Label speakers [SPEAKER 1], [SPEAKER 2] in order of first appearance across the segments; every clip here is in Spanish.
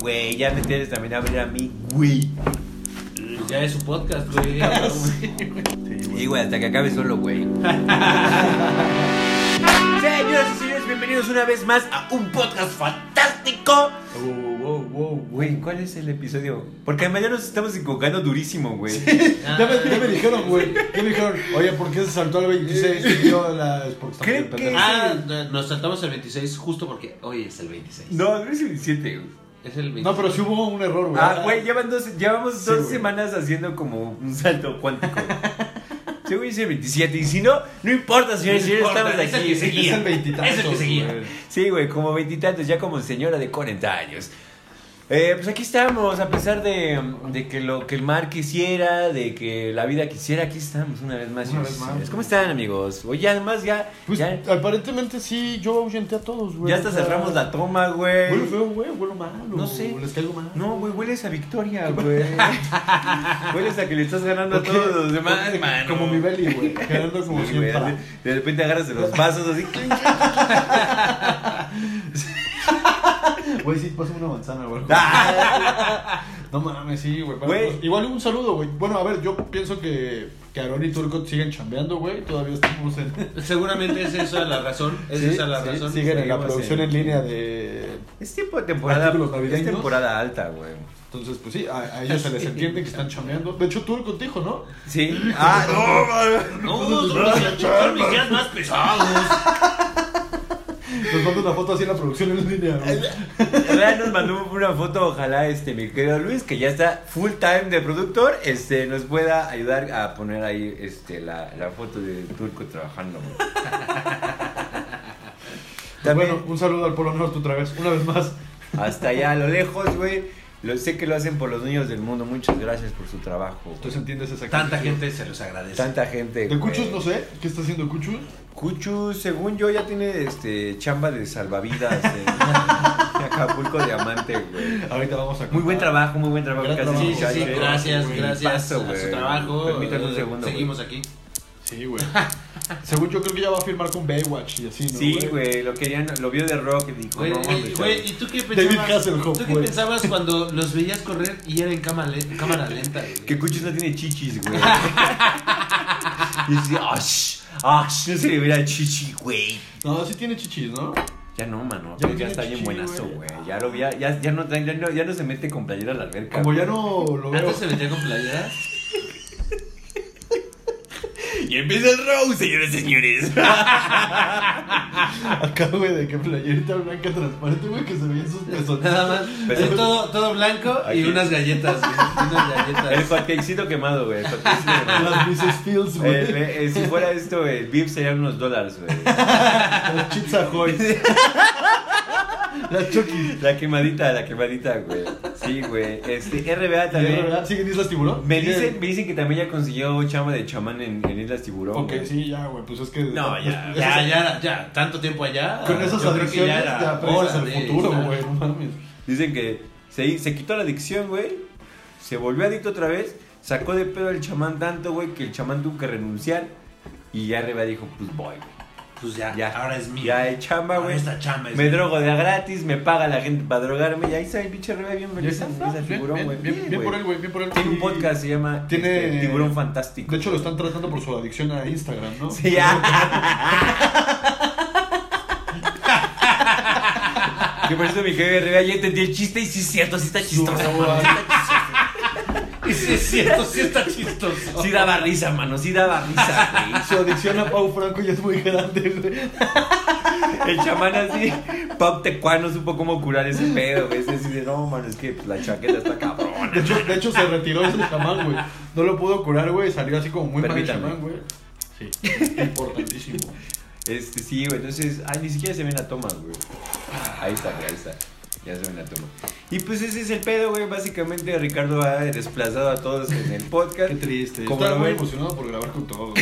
[SPEAKER 1] Güey, ya me tienes también a abrir a mí, güey.
[SPEAKER 2] Ya es su podcast, güey.
[SPEAKER 1] Sí, güey, hasta que acabe solo, güey. Señoras y señores, bienvenidos una vez más a un podcast fantástico.
[SPEAKER 2] Wow, wow, wow,
[SPEAKER 1] Güey, ¿cuál es el episodio? Porque además ya nos estamos equivocando durísimo, güey.
[SPEAKER 2] Ah,
[SPEAKER 3] Ya me, ya me dijeron, güey. Ya me dijeron, oye, ¿por qué se saltó al 26? Y yo, la, es porque está
[SPEAKER 1] ¿Creen
[SPEAKER 3] muy
[SPEAKER 1] que-
[SPEAKER 3] pendejo.
[SPEAKER 2] Ah, nos saltamos el 26 justo porque hoy es el 26.
[SPEAKER 1] No, no es el 17, güey.
[SPEAKER 2] Es el 26.
[SPEAKER 3] No, pero sí hubo un error, güey.
[SPEAKER 1] Ah, güey, llevan dos, llevamos
[SPEAKER 3] Sí,
[SPEAKER 1] dos
[SPEAKER 3] güey.
[SPEAKER 1] semanas haciendo como un salto cuántico. Según dice el 27, y si no, no importa, señores,
[SPEAKER 2] No
[SPEAKER 1] señores, estamos
[SPEAKER 2] importa, es el
[SPEAKER 1] aquí.
[SPEAKER 2] que seguía.
[SPEAKER 3] Es el veintitantos.
[SPEAKER 2] Es el que seguía.
[SPEAKER 3] güey.
[SPEAKER 1] Sí, güey, como veintitantos, ya como señora de 40 años. Eh, pues aquí estamos, a pesar de, de que lo que el mar quisiera, de que la vida quisiera, aquí estamos una vez más.
[SPEAKER 3] Una vez
[SPEAKER 1] señores.
[SPEAKER 3] más.
[SPEAKER 1] ¿Cómo están, amigos? Oye, además ya,
[SPEAKER 3] Pues
[SPEAKER 1] ya,
[SPEAKER 3] aparentemente sí, yo ahuyenté a todos, güey.
[SPEAKER 1] ya hasta
[SPEAKER 3] O sea,
[SPEAKER 1] cerramos la toma, güey.
[SPEAKER 3] Huele feo, güey, huelo malo.
[SPEAKER 1] No sé.
[SPEAKER 3] Les caigo mal.
[SPEAKER 1] No, güey, hueles a victoria, güey. hueles a que le estás ganando a
[SPEAKER 3] Porque-
[SPEAKER 1] todos los demás,
[SPEAKER 3] porque-
[SPEAKER 1] mano.
[SPEAKER 3] Como mi belly, güey. Ganando como
[SPEAKER 1] Sí, güey,
[SPEAKER 3] siempre.
[SPEAKER 1] así, de repente agarras de los vasos así.
[SPEAKER 3] Güey, sí, pásame una manzana, güey.
[SPEAKER 1] Ah,
[SPEAKER 3] No mames, sí, güey. pero,
[SPEAKER 1] Güey.
[SPEAKER 3] pues, Igual un saludo, güey. Bueno, a ver, yo pienso que, que Aarón y Turco siguen chambeando, güey. Todavía estamos en...
[SPEAKER 2] Seguramente es esa la razón. Es
[SPEAKER 3] Sí,
[SPEAKER 2] esa la
[SPEAKER 3] sí,
[SPEAKER 2] razón.
[SPEAKER 3] Siguen en la
[SPEAKER 2] Seguimos
[SPEAKER 3] producción en línea de
[SPEAKER 1] es tiempo de temporada.
[SPEAKER 3] Artículos
[SPEAKER 1] Es
[SPEAKER 3] navideños.
[SPEAKER 1] temporada alta, güey.
[SPEAKER 3] Entonces, pues sí, a, a ellos se les entiende que están chambeando. De hecho, tú contigo, ¿no?
[SPEAKER 1] Sí. Ah, no.
[SPEAKER 2] No, son mis- son mis días más pesados.
[SPEAKER 3] Nos manda una foto así en la producción en línea. Pues güey.
[SPEAKER 1] Real nos mandó una foto, ojalá este mi querido Luis, que ya está full time de productor, este nos pueda ayudar a poner ahí este la, la foto de Turco trabajando. güey.
[SPEAKER 3] Pues
[SPEAKER 1] También
[SPEAKER 3] bueno, un saludo al Polo Norte otra vez, una vez más.
[SPEAKER 1] hasta allá a lo lejos, güey. Lo sé que lo hacen por los niños del mundo. Muchas gracias por su trabajo. güey.
[SPEAKER 3] Tú entiendes esa
[SPEAKER 2] Tanta gente se los agradece.
[SPEAKER 1] Tanta gente.
[SPEAKER 3] De
[SPEAKER 1] güey.
[SPEAKER 3] Cuchus no sé, ¿qué está haciendo Cuchus?
[SPEAKER 1] Cuchu, según yo, ya tiene este chamba de salvavidas en Acapulco Diamante, güey.
[SPEAKER 3] Ahorita vamos a contar.
[SPEAKER 1] Muy buen trabajo, muy buen trabajo.
[SPEAKER 3] Gran
[SPEAKER 1] que hacen
[SPEAKER 2] Sí,
[SPEAKER 3] trabajo,
[SPEAKER 2] sí, sí,
[SPEAKER 1] muchachos.
[SPEAKER 2] gracias,
[SPEAKER 3] güey.
[SPEAKER 2] gracias
[SPEAKER 1] Paso,
[SPEAKER 2] a su
[SPEAKER 1] güey.
[SPEAKER 2] trabajo.
[SPEAKER 1] Permítanos un
[SPEAKER 2] Eh,
[SPEAKER 1] segundo,
[SPEAKER 2] Seguimos aquí.
[SPEAKER 3] Sí, güey. Según yo creo que ya va a firmar con Baywatch y así, ¿no?
[SPEAKER 1] Sí, güey, lo querían, lo vio de rock y dijo,
[SPEAKER 2] Güey,
[SPEAKER 1] no,
[SPEAKER 2] güey,
[SPEAKER 1] mames,
[SPEAKER 2] güey,
[SPEAKER 1] güey.
[SPEAKER 2] ¿y tú qué
[SPEAKER 3] David
[SPEAKER 2] pensabas?
[SPEAKER 3] Hasselhoff,
[SPEAKER 2] ¿Tú qué
[SPEAKER 3] güey.
[SPEAKER 2] pensabas cuando los veías correr y era en cámara, le- cámara lenta? güey?
[SPEAKER 1] que Cuchis no tiene chichis, güey. y dice, "Ah, ash, ash, no se le ve la chichi, güey.
[SPEAKER 3] No, sí tiene chichis, ¿no?
[SPEAKER 1] Ya no, mano,
[SPEAKER 3] Ya
[SPEAKER 1] ya,
[SPEAKER 3] no tiene
[SPEAKER 1] está bien
[SPEAKER 3] chichi,
[SPEAKER 1] buenazo,
[SPEAKER 3] güey.
[SPEAKER 1] güey. Ya lo vi, ya, ya, ya no, trae- ya, no, ya no se mete con playera a la alberca.
[SPEAKER 3] Como ya no lo veo.
[SPEAKER 2] ¿Antes se metía con playeras?
[SPEAKER 1] Y empieza el row, señores, señores.
[SPEAKER 3] Acá, güey, de que playerita blanca transparente, güey, que se veían sus pezones.
[SPEAKER 2] Nada más.
[SPEAKER 1] Pero-
[SPEAKER 2] Sí, todo, todo blanco
[SPEAKER 1] Aquí.
[SPEAKER 2] y unas galletas. güey, Unas
[SPEAKER 1] el
[SPEAKER 2] galletas.
[SPEAKER 1] hotcakecito quemado, güey. el hotcakecito quemado.
[SPEAKER 3] Las Mrs. Fields, güey.
[SPEAKER 1] El- eh, si fuera esto, el VIP serían unos dólares, güey.
[SPEAKER 3] Las Chips Ahoy. Las Chucky.
[SPEAKER 1] La quemadita, la quemadita, güey. Sí, güey. Este, RBA
[SPEAKER 3] ¿También?
[SPEAKER 1] también.
[SPEAKER 3] ¿Siguen Islas Tiburón?
[SPEAKER 1] Me
[SPEAKER 3] Siguen-
[SPEAKER 1] dicen, me dicen que también ya consiguió chama de chamán en, en Islas Tiburón.
[SPEAKER 3] Ok,
[SPEAKER 1] güey.
[SPEAKER 3] sí, ya, güey, pues es que...
[SPEAKER 1] No,
[SPEAKER 3] pues,
[SPEAKER 1] ya,
[SPEAKER 2] Ya,
[SPEAKER 3] esas-
[SPEAKER 2] ya, ya. Tanto tiempo allá.
[SPEAKER 3] Con esas
[SPEAKER 2] yo creo que
[SPEAKER 3] adicciones
[SPEAKER 2] era
[SPEAKER 3] te aprendes
[SPEAKER 2] hora
[SPEAKER 3] al
[SPEAKER 2] de
[SPEAKER 3] futuro,
[SPEAKER 2] estar-
[SPEAKER 3] güey, no mames.
[SPEAKER 1] Dicen que se, se quitó la adicción, güey. Se volvió adicto otra vez. Sacó de pedo al chamán tanto, güey, que el chamán tuvo que renunciar. Y ya RBA dijo, pues voy, güey.
[SPEAKER 2] Pues ya,
[SPEAKER 1] Ya.
[SPEAKER 2] ahora es mío.
[SPEAKER 1] Ya hay chamba,
[SPEAKER 2] Ahora
[SPEAKER 1] güey.
[SPEAKER 2] esta chamba es
[SPEAKER 1] Me
[SPEAKER 2] mía.
[SPEAKER 1] drogo de a gratis, me paga la gente para drogarme. Y ahí está el pinche RBA bien feliz en
[SPEAKER 3] Bien,
[SPEAKER 1] Islas Tiburón,
[SPEAKER 3] bien,
[SPEAKER 1] güey.
[SPEAKER 3] bien, bien
[SPEAKER 1] güey.
[SPEAKER 3] por él, güey, bien por él.
[SPEAKER 1] Tiene un
[SPEAKER 3] Y-
[SPEAKER 1] podcast, se llama
[SPEAKER 3] Tiene-
[SPEAKER 1] este, Tiburón Fantástico.
[SPEAKER 3] De hecho, lo están tratando por su adicción a Instagram, ¿no?
[SPEAKER 1] Sí, ya. Que por eso mi jefe Rivera ya entendí el chiste y sí es cierto, sí está chistoso,
[SPEAKER 3] Su-
[SPEAKER 1] mano.
[SPEAKER 2] Y sí es cierto, sí está chistoso.
[SPEAKER 1] Sí daba risa, mano, sí daba risa,
[SPEAKER 3] Su adicción a Pau Franco ya es muy grande, güey.
[SPEAKER 1] güey. El chamán así, Pau Tecuán no supo cómo curar ese pedo, güey. Ese sí dice, no, mano, es que pues, la chaqueta está cabrón.
[SPEAKER 3] De hecho, de hecho, se retiró ese chamán, güey. No lo pudo curar, güey. Salió así como muy mal el
[SPEAKER 1] Permítame.
[SPEAKER 3] chamán, güey. Sí, importantísimo.
[SPEAKER 1] Este, sí, güey, entonces, ay, ni siquiera se ven la toma, güey. Ahí está, güey, ahí está. Ya se ven la toma. Y pues ese es el pedo, güey. Básicamente Ricardo ha desplazado a todos en el podcast.
[SPEAKER 3] Qué triste.
[SPEAKER 1] Como
[SPEAKER 3] Estaba
[SPEAKER 1] lo
[SPEAKER 3] muy
[SPEAKER 1] ven.
[SPEAKER 3] emocionado por grabar con todos.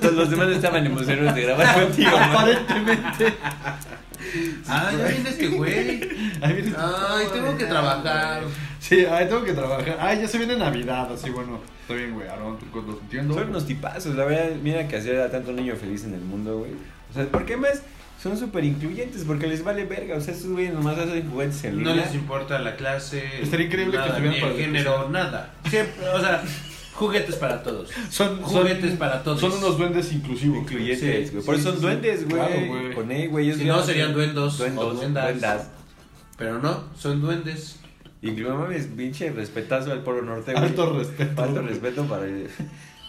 [SPEAKER 1] Todos los demás estaban emocionados de grabar contigo. man.
[SPEAKER 3] Aparentemente.
[SPEAKER 2] Ay, ya viene este güey.
[SPEAKER 3] Ahí viene este-
[SPEAKER 2] Ay, tengo que trabajar.
[SPEAKER 3] Sí, ahí tengo que trabajar. Ay, ya se viene Navidad, así bueno. Está bien, güey, Aaron, tú lo entiendo.
[SPEAKER 1] Son unos tipazos, la verdad, mira que hacer a tanto niño feliz en el mundo, güey. O sea, porque más son súper incluyentes porque les vale verga. O sea, esos güeyes nomás hacen juguetes en
[SPEAKER 2] No
[SPEAKER 1] línea.
[SPEAKER 2] les importa la clase.
[SPEAKER 3] Estaría increíble
[SPEAKER 2] nada,
[SPEAKER 3] que estuvieran
[SPEAKER 2] ni
[SPEAKER 3] para
[SPEAKER 2] el
[SPEAKER 3] la
[SPEAKER 2] género, nada. Siempre, o sea, juguetes para todos.
[SPEAKER 3] Son
[SPEAKER 2] Juguetes
[SPEAKER 3] son-
[SPEAKER 2] para todos.
[SPEAKER 3] Son unos duendes inclusivos.
[SPEAKER 1] incluyentes,
[SPEAKER 2] Sí,
[SPEAKER 1] güey. Por eso
[SPEAKER 2] sí,
[SPEAKER 1] son
[SPEAKER 2] sí.
[SPEAKER 1] duendes, güey.
[SPEAKER 3] Claro, güey.
[SPEAKER 1] Con E, güey. es
[SPEAKER 2] Si no,
[SPEAKER 1] real.
[SPEAKER 2] serían duendos o
[SPEAKER 1] Duendos,
[SPEAKER 2] duendas.
[SPEAKER 1] duendas.
[SPEAKER 2] Pero no, son duendes.
[SPEAKER 1] Y no mames, pinche respetazo al Polo Norte, güey.
[SPEAKER 3] Alto respeto.
[SPEAKER 1] Alto respeto para el,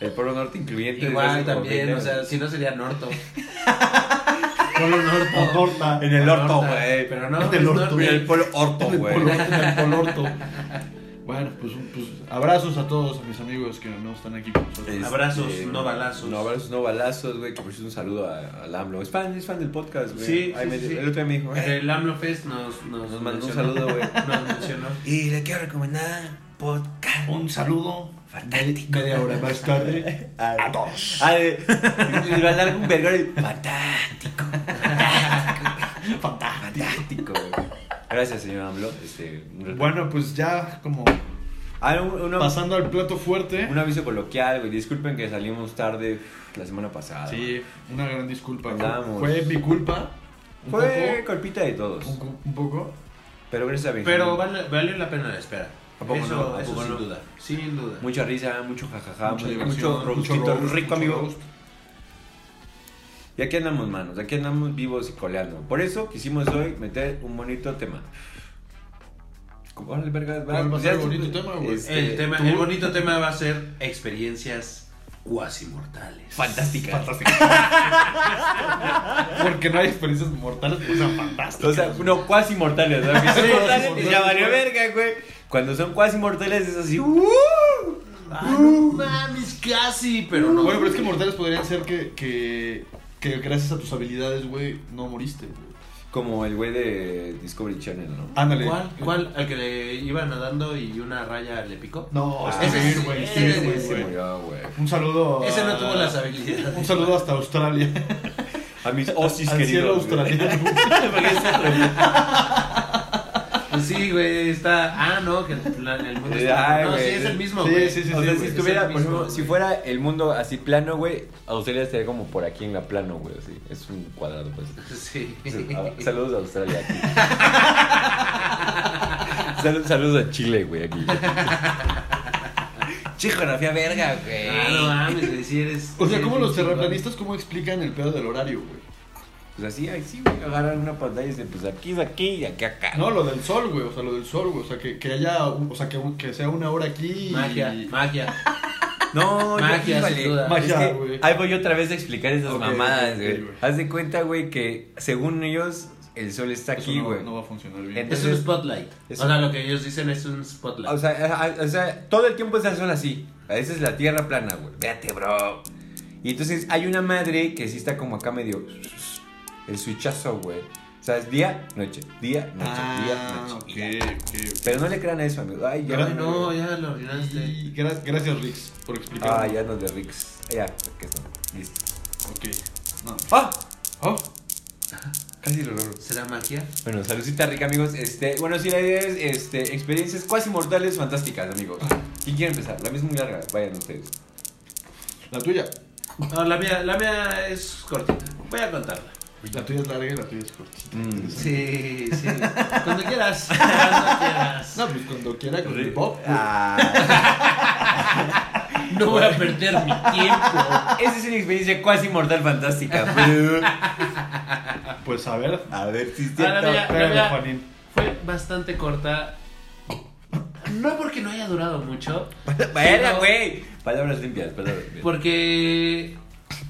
[SPEAKER 1] el Polo Norte incluyente.
[SPEAKER 2] Igual
[SPEAKER 1] güey, como
[SPEAKER 2] también,
[SPEAKER 1] pendejo.
[SPEAKER 2] o sea, si no sería Norto. Polo Norto.
[SPEAKER 3] Torta.
[SPEAKER 1] En el orto,
[SPEAKER 2] Norte,
[SPEAKER 1] güey.
[SPEAKER 2] pero no,
[SPEAKER 1] En
[SPEAKER 2] es
[SPEAKER 1] el orto.
[SPEAKER 2] norte.
[SPEAKER 1] En el Polo Orto,
[SPEAKER 3] En el
[SPEAKER 1] güey.
[SPEAKER 3] polo- en el polorto. Bueno, pues, pues abrazos a todos a mis amigos que no están aquí con nosotros.
[SPEAKER 1] Este,
[SPEAKER 2] Abrazos, no balazos.
[SPEAKER 1] No abrazos, no balazos, güey. Que por cierto, un saludo a- al AMLO. Es fan, es fan del podcast, güey.
[SPEAKER 2] Sí,
[SPEAKER 1] Ay,
[SPEAKER 2] sí,
[SPEAKER 1] me-
[SPEAKER 2] sí, sí.
[SPEAKER 1] El otro día me dijo,
[SPEAKER 2] En
[SPEAKER 1] "Eh,
[SPEAKER 2] el AMLO Fest nos, nos,
[SPEAKER 1] Nos mandó un
[SPEAKER 2] mencionó.
[SPEAKER 1] saludo, güey.
[SPEAKER 2] Nos mencionó.
[SPEAKER 1] Y le quiero recomendar podcast.
[SPEAKER 3] Un saludo.
[SPEAKER 1] Fantástico.
[SPEAKER 3] Media hora más tarde.
[SPEAKER 1] A
[SPEAKER 3] todos.
[SPEAKER 1] Ah, de- y va a dar un vergón y- fantástico.
[SPEAKER 3] Fantástico.
[SPEAKER 1] Fantástico, güey. Gracias, señor AMLO. Este, un-
[SPEAKER 3] Bueno, pues ya como
[SPEAKER 1] Ah, un- una-
[SPEAKER 3] pasando al plato fuerte.
[SPEAKER 1] un aviso coloquial, güey. Disculpen que salimos tarde la semana pasada.
[SPEAKER 3] Sí, una gran disculpa.
[SPEAKER 1] Andamos.
[SPEAKER 3] Fue mi culpa. Un
[SPEAKER 1] Fue colpita de todos.
[SPEAKER 3] poco. Un, un poco.
[SPEAKER 1] Pero gracias a Benjamín.
[SPEAKER 2] Pero vale, vale la pena la espera.
[SPEAKER 1] ¿A poco
[SPEAKER 2] eso,
[SPEAKER 1] no? ¿A
[SPEAKER 2] eso
[SPEAKER 1] poco
[SPEAKER 2] sin
[SPEAKER 1] no?
[SPEAKER 2] duda. Sin duda.
[SPEAKER 1] Mucha risa, mucho jajaja,
[SPEAKER 3] Mucha
[SPEAKER 1] mucho,
[SPEAKER 3] diversión,
[SPEAKER 1] Ah, mucho robustito
[SPEAKER 3] mucho roast,
[SPEAKER 1] rico,
[SPEAKER 3] mucho
[SPEAKER 1] amigo.
[SPEAKER 3] roast.
[SPEAKER 1] Y aquí andamos, manos. Aquí andamos vivos y coleando. Por eso quisimos hoy meter un bonito tema. Como, órale, vergas, va.
[SPEAKER 3] ¿Cuál va a
[SPEAKER 1] Pues
[SPEAKER 3] ser
[SPEAKER 1] ya
[SPEAKER 3] el
[SPEAKER 1] es-
[SPEAKER 3] bonito tema, güey?
[SPEAKER 1] este,
[SPEAKER 2] el, tema,
[SPEAKER 1] tú-
[SPEAKER 2] el bonito tema va a ser experiencias cuasi mortales.
[SPEAKER 1] Fantástica.
[SPEAKER 3] Fantástico. Porque no hay experiencias mortales, pues son fantásticas.
[SPEAKER 1] O sea, no, cuasi mortales. ¿no? Que son
[SPEAKER 3] Sí,
[SPEAKER 1] mortales,
[SPEAKER 3] sí,
[SPEAKER 1] pues ya
[SPEAKER 3] sí,
[SPEAKER 1] valió
[SPEAKER 3] sí.
[SPEAKER 1] verga, güey. Cuando son cuasi mortales es así. ¡uh!
[SPEAKER 2] Ah, no mames, casi, pero no.
[SPEAKER 3] Bueno, pero es que mortales podrían ser que, que, que gracias a tus habilidades, güey, no moriste. güey.
[SPEAKER 1] Como el güey de Discovery Channel, ¿no?
[SPEAKER 3] Ándale.
[SPEAKER 2] ¿Cuál? ¿Cuál? Al que le iba nadando y una raya le picó.
[SPEAKER 3] No,
[SPEAKER 1] Ah,
[SPEAKER 3] Steve
[SPEAKER 2] ese-
[SPEAKER 3] Irwin,
[SPEAKER 2] ese-
[SPEAKER 3] Steve Irwin,
[SPEAKER 1] Se
[SPEAKER 3] güey.
[SPEAKER 1] murió, güey.
[SPEAKER 3] Un saludo. a-
[SPEAKER 2] Ese no tuvo las habilidades.
[SPEAKER 3] Un saludo hasta Australia.
[SPEAKER 1] A mis osis
[SPEAKER 3] Al cielo
[SPEAKER 1] queridos. güey.
[SPEAKER 3] australiano.
[SPEAKER 2] Pues sí, güey, está. Ah, no, que el, plan- el mundo
[SPEAKER 1] Ay,
[SPEAKER 2] está. No,
[SPEAKER 1] güey.
[SPEAKER 2] sí, es el mismo,
[SPEAKER 3] Sí,
[SPEAKER 2] güey.
[SPEAKER 3] sí, sí,
[SPEAKER 1] o sea,
[SPEAKER 3] güey,
[SPEAKER 1] si
[SPEAKER 3] es
[SPEAKER 1] estuviera,
[SPEAKER 2] el
[SPEAKER 1] por ejemplo, si
[SPEAKER 2] mismo, güey.
[SPEAKER 1] fuera el mundo así plano, güey, Australia estaría como por aquí en la plano, güey, así. Es un cuadrado, pues.
[SPEAKER 2] Sí.
[SPEAKER 1] Ah, Saludos a Australia aquí. Salud- saludos a Chile, güey, aquí. Che, geografía verga, güey.
[SPEAKER 2] Ah, no mames, güey, si eres.
[SPEAKER 3] O
[SPEAKER 2] si
[SPEAKER 3] sea,
[SPEAKER 2] eres
[SPEAKER 3] ¿cómo
[SPEAKER 2] un
[SPEAKER 3] los
[SPEAKER 2] chingón.
[SPEAKER 3] terraplanistas cómo explican el pedo del horario, güey?
[SPEAKER 1] Pues así, así, güey, agarran una pantalla y dicen, pues aquí es aquí y aquí acá.
[SPEAKER 3] No, lo del sol, güey. O sea, lo del sol, güey. O sea, que, que haya. un- O sea, que, un- que sea una hora aquí. y-
[SPEAKER 2] Magia, magia.
[SPEAKER 1] No,
[SPEAKER 2] Magia,
[SPEAKER 1] yo,
[SPEAKER 2] sin
[SPEAKER 1] híjole,
[SPEAKER 2] duda.
[SPEAKER 1] es
[SPEAKER 3] Magia,
[SPEAKER 1] que
[SPEAKER 3] güey.
[SPEAKER 1] ahí voy otra vez a explicar esas
[SPEAKER 3] Ok,
[SPEAKER 1] mamadas,
[SPEAKER 3] ok,
[SPEAKER 1] güey.
[SPEAKER 3] ok, güey.
[SPEAKER 1] Haz de cuenta, güey, que según ellos, el sol está
[SPEAKER 2] Pues
[SPEAKER 3] Eso
[SPEAKER 1] aquí,
[SPEAKER 3] no-
[SPEAKER 1] güey.
[SPEAKER 3] No, va a funcionar bien.
[SPEAKER 1] Entonces-
[SPEAKER 2] Es un spotlight.
[SPEAKER 1] Es
[SPEAKER 2] o
[SPEAKER 1] un-
[SPEAKER 2] sea, lo que ellos dicen es un spotlight.
[SPEAKER 1] O sea, a- a- o sea, todo el tiempo está el sol así. A veces la tierra plana, güey. Véate, bro. Y entonces hay una madre que sí está como acá medio. El switchazo, güey. O sea, es día, noche, día, noche, día,
[SPEAKER 3] ah,
[SPEAKER 1] noche.
[SPEAKER 3] ok,
[SPEAKER 1] y ya.
[SPEAKER 3] ok, ok.
[SPEAKER 1] Pero no le crean a eso, amigo. Ay, ya.
[SPEAKER 2] Ay, no, ya lo ordenaste.
[SPEAKER 3] Y gra- gracias, Rix, por explicarme.
[SPEAKER 1] Ah, ya nos de Rix. Ya, aquí está. Listo.
[SPEAKER 3] Ok. No.
[SPEAKER 1] ¡Ah!
[SPEAKER 3] Oh,
[SPEAKER 1] Casi lo logro.
[SPEAKER 2] ¿Será magia?
[SPEAKER 1] Bueno, saludcita rica, amigos. Este, bueno, sí, la idea es este, experiencias cuasi mortales fantásticas, amigos. ¿Quién quiere empezar? La misma muy larga, vayan ustedes.
[SPEAKER 3] la tuya.
[SPEAKER 2] No, la mía, la mía es cortita. Voy a contarla.
[SPEAKER 3] La tuya es larga y la tuya es cortita.
[SPEAKER 1] Mm.
[SPEAKER 2] Sí, sí. Cuando quieras. Cuando quieras.
[SPEAKER 3] No, pues cuando quiera con pues, el pop. güey.
[SPEAKER 1] Ah,
[SPEAKER 2] No voy a perder mi tiempo.
[SPEAKER 1] esa es una experiencia cuasi mortal fantástica.
[SPEAKER 3] Pues a ver.
[SPEAKER 1] A ver si es
[SPEAKER 2] Ahora,
[SPEAKER 1] cierto.
[SPEAKER 2] mira.
[SPEAKER 3] Espérame,
[SPEAKER 2] Ah, ya.
[SPEAKER 3] Juanín.
[SPEAKER 2] Fue bastante corta. No porque no haya durado mucho,
[SPEAKER 1] Vaya, güey. Palabras limpias, palabras limpias.
[SPEAKER 2] porque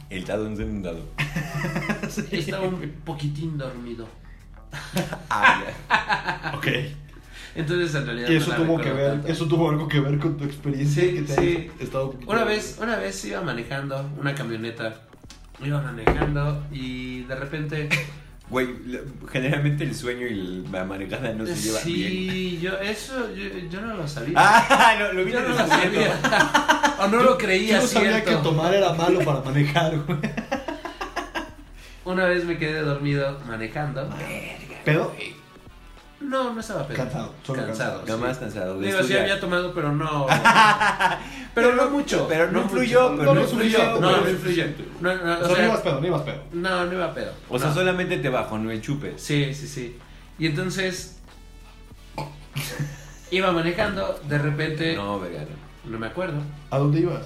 [SPEAKER 1] El dado es un dado.
[SPEAKER 2] estaba un poquitín dormido.
[SPEAKER 1] Ah, ya.
[SPEAKER 3] Ok.
[SPEAKER 2] Entonces, en realidad.
[SPEAKER 3] Y
[SPEAKER 2] no
[SPEAKER 3] eso
[SPEAKER 2] la
[SPEAKER 3] tuvo que
[SPEAKER 2] recuerdo
[SPEAKER 3] ver,
[SPEAKER 2] tanto.
[SPEAKER 3] eso tuvo algo que ver con tu experiencia
[SPEAKER 2] Sí,
[SPEAKER 3] que te
[SPEAKER 2] sí.
[SPEAKER 3] hayas estado un poquito-
[SPEAKER 2] Una vez, una vez iba manejando una camioneta. Iba manejando y de repente.
[SPEAKER 1] Güey, la- generalmente el sueño y la manejada no se llevan bien.
[SPEAKER 2] sí, yo, eso yo, yo no lo sabía.
[SPEAKER 1] Ah, lo, lo vine
[SPEAKER 2] yo no lo
[SPEAKER 1] deshaciendo.
[SPEAKER 2] sabía. o no lo creía,
[SPEAKER 3] Yo no sabía que
[SPEAKER 2] cierto.
[SPEAKER 3] tomar era malo para manejar, güey.
[SPEAKER 2] Una vez me quedé dormido manejando.
[SPEAKER 3] ¿Pedo?
[SPEAKER 2] No, no estaba pedo.
[SPEAKER 3] Cansado, solo cansado.
[SPEAKER 1] Nada
[SPEAKER 2] sí.
[SPEAKER 1] más cansado. de
[SPEAKER 2] Digo, sí
[SPEAKER 1] estudiar.
[SPEAKER 2] había tomado, pero no.
[SPEAKER 3] Ah,
[SPEAKER 2] pero no mucho.
[SPEAKER 1] Pero no
[SPEAKER 2] mucho.
[SPEAKER 1] influyó, pero
[SPEAKER 2] No,
[SPEAKER 1] no
[SPEAKER 2] no influyó.
[SPEAKER 1] influyó,
[SPEAKER 2] No,
[SPEAKER 1] pero-
[SPEAKER 2] no influyó. No, no,
[SPEAKER 3] O
[SPEAKER 2] o
[SPEAKER 3] sea, no
[SPEAKER 2] sea,
[SPEAKER 3] ibas pedo, no ibas pedo.
[SPEAKER 2] no, no iba a pedo.
[SPEAKER 1] O sea,
[SPEAKER 2] No.
[SPEAKER 1] solamente te bajo, no el chupes.
[SPEAKER 2] Sí, sí, sí. Y entonces. Iba manejando, de repente. No,
[SPEAKER 1] No, verga, no.
[SPEAKER 2] me acuerdo.
[SPEAKER 3] ¿A dónde ibas?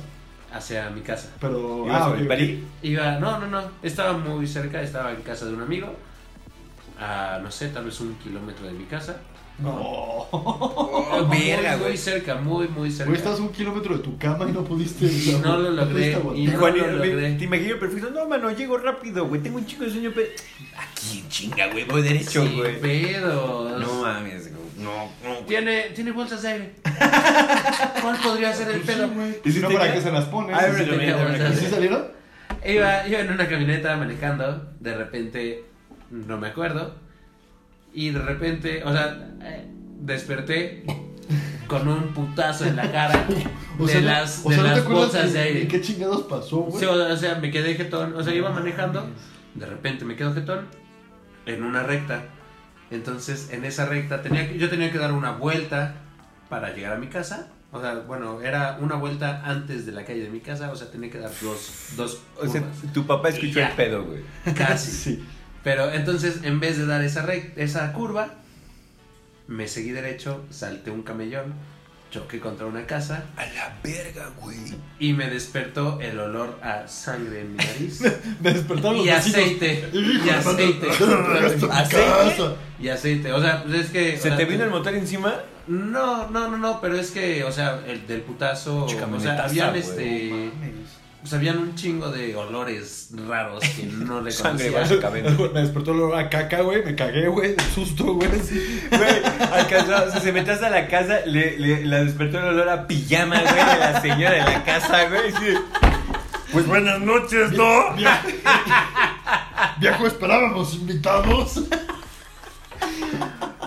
[SPEAKER 2] Hacia mi casa.
[SPEAKER 3] Pero. ah,
[SPEAKER 1] ¿Ibas
[SPEAKER 3] ok,
[SPEAKER 1] por el
[SPEAKER 3] ok.
[SPEAKER 1] Peri?
[SPEAKER 2] Iba. No, no, no. Estaba muy cerca, estaba en casa de un amigo. A no sé, tal vez un kilómetro de mi casa.
[SPEAKER 3] No.
[SPEAKER 1] Oh,
[SPEAKER 2] muy,
[SPEAKER 1] verga,
[SPEAKER 2] muy
[SPEAKER 1] güey.
[SPEAKER 2] cerca, muy, muy cerca.
[SPEAKER 3] Güey, estás un kilómetro de tu cama y no pudiste.
[SPEAKER 2] Y no lo logré,
[SPEAKER 3] pudiste
[SPEAKER 2] y
[SPEAKER 1] Y
[SPEAKER 2] no
[SPEAKER 1] Juan,
[SPEAKER 2] lo
[SPEAKER 1] y-
[SPEAKER 2] logré.
[SPEAKER 1] te imagino perfecto. No, mano, llego rápido, güey. Tengo un chico de sueño. Pe... Aquí, chinga, güey. Voy derecho,
[SPEAKER 2] Sin
[SPEAKER 1] güey.
[SPEAKER 2] pedos.
[SPEAKER 1] no mames, güey. No, no, güey.
[SPEAKER 2] Tiene, tiene bolsas de aire. ¿Cuál podría ser
[SPEAKER 1] Pues
[SPEAKER 2] el pedo? Ah,
[SPEAKER 3] aguantar. Güey,
[SPEAKER 1] ¿Y si
[SPEAKER 3] Si no,
[SPEAKER 1] te
[SPEAKER 3] ¿para
[SPEAKER 1] ca-
[SPEAKER 3] qué se las pones?
[SPEAKER 1] Ay,
[SPEAKER 3] ¿Y si-
[SPEAKER 1] pero-
[SPEAKER 2] tenía bolsas
[SPEAKER 3] ¿Y
[SPEAKER 2] pero-
[SPEAKER 3] si salieron?
[SPEAKER 2] Iba, iba en una camioneta manejando, de repente, no me acuerdo, y de repente, o sea, eh, desperté con un putazo en la cara
[SPEAKER 3] O
[SPEAKER 2] de
[SPEAKER 3] sea, no-
[SPEAKER 2] las,
[SPEAKER 3] o
[SPEAKER 2] de
[SPEAKER 3] sea, ¿no te
[SPEAKER 2] las
[SPEAKER 3] acuerdas
[SPEAKER 2] bolsas
[SPEAKER 3] de-
[SPEAKER 2] de aire.
[SPEAKER 3] de ¿Qué chingados pasó, güey?
[SPEAKER 2] Sí, o, o sea, me quedé jetón. O sea, iba manejando. De repente me quedo jetón en una recta. Entonces, en esa recta tenía que- yo tenía que dar una vuelta para llegar a mi casa. O sea, bueno, era una vuelta antes de la calle de mi casa. O sea, tenía que dar dos, dos
[SPEAKER 1] O sea,
[SPEAKER 2] curvas.
[SPEAKER 1] tu papá escuchó
[SPEAKER 2] Ya.
[SPEAKER 1] el pedo, güey.
[SPEAKER 2] casi.
[SPEAKER 3] Sí.
[SPEAKER 2] Pero entonces, en vez de dar esa, rec- esa curva, me seguí derecho, salté un camellón, choqué contra una casa
[SPEAKER 1] A la verga, güey.
[SPEAKER 2] y me despertó el olor a sangre en mi nariz.
[SPEAKER 3] Me despertaron los
[SPEAKER 2] Y
[SPEAKER 3] vecinos.
[SPEAKER 2] aceite.
[SPEAKER 3] Hijo
[SPEAKER 2] Y
[SPEAKER 3] de puta,
[SPEAKER 2] aceite.
[SPEAKER 3] regreso a mi
[SPEAKER 1] ¿Aceite?
[SPEAKER 3] casa.
[SPEAKER 2] Y aceite. O sea, pues es que. o
[SPEAKER 1] ¿Se
[SPEAKER 2] sea,
[SPEAKER 1] te vino el motor encima?
[SPEAKER 2] No, no, no, no, pero es que, o sea, el del putazo.
[SPEAKER 1] Chica,
[SPEAKER 2] o sea,
[SPEAKER 1] manetaza,
[SPEAKER 2] habían
[SPEAKER 1] güey.
[SPEAKER 2] este. O sea, habían un chingo de olores raros que no le
[SPEAKER 1] Sangre,
[SPEAKER 2] conocía.
[SPEAKER 1] básicamente.
[SPEAKER 3] Me despertó el olor a caca, güey. Me cagué, güey. De susto, güey. Sí.
[SPEAKER 1] Güey, alcanzó, o sea, se metió hasta la casa, le, le- la despertó el olor a pijama, güey, de la señora de la casa, güey. sí. Pues buenas noches, ¿no?
[SPEAKER 3] Via- Viejo, esperábamos invitados.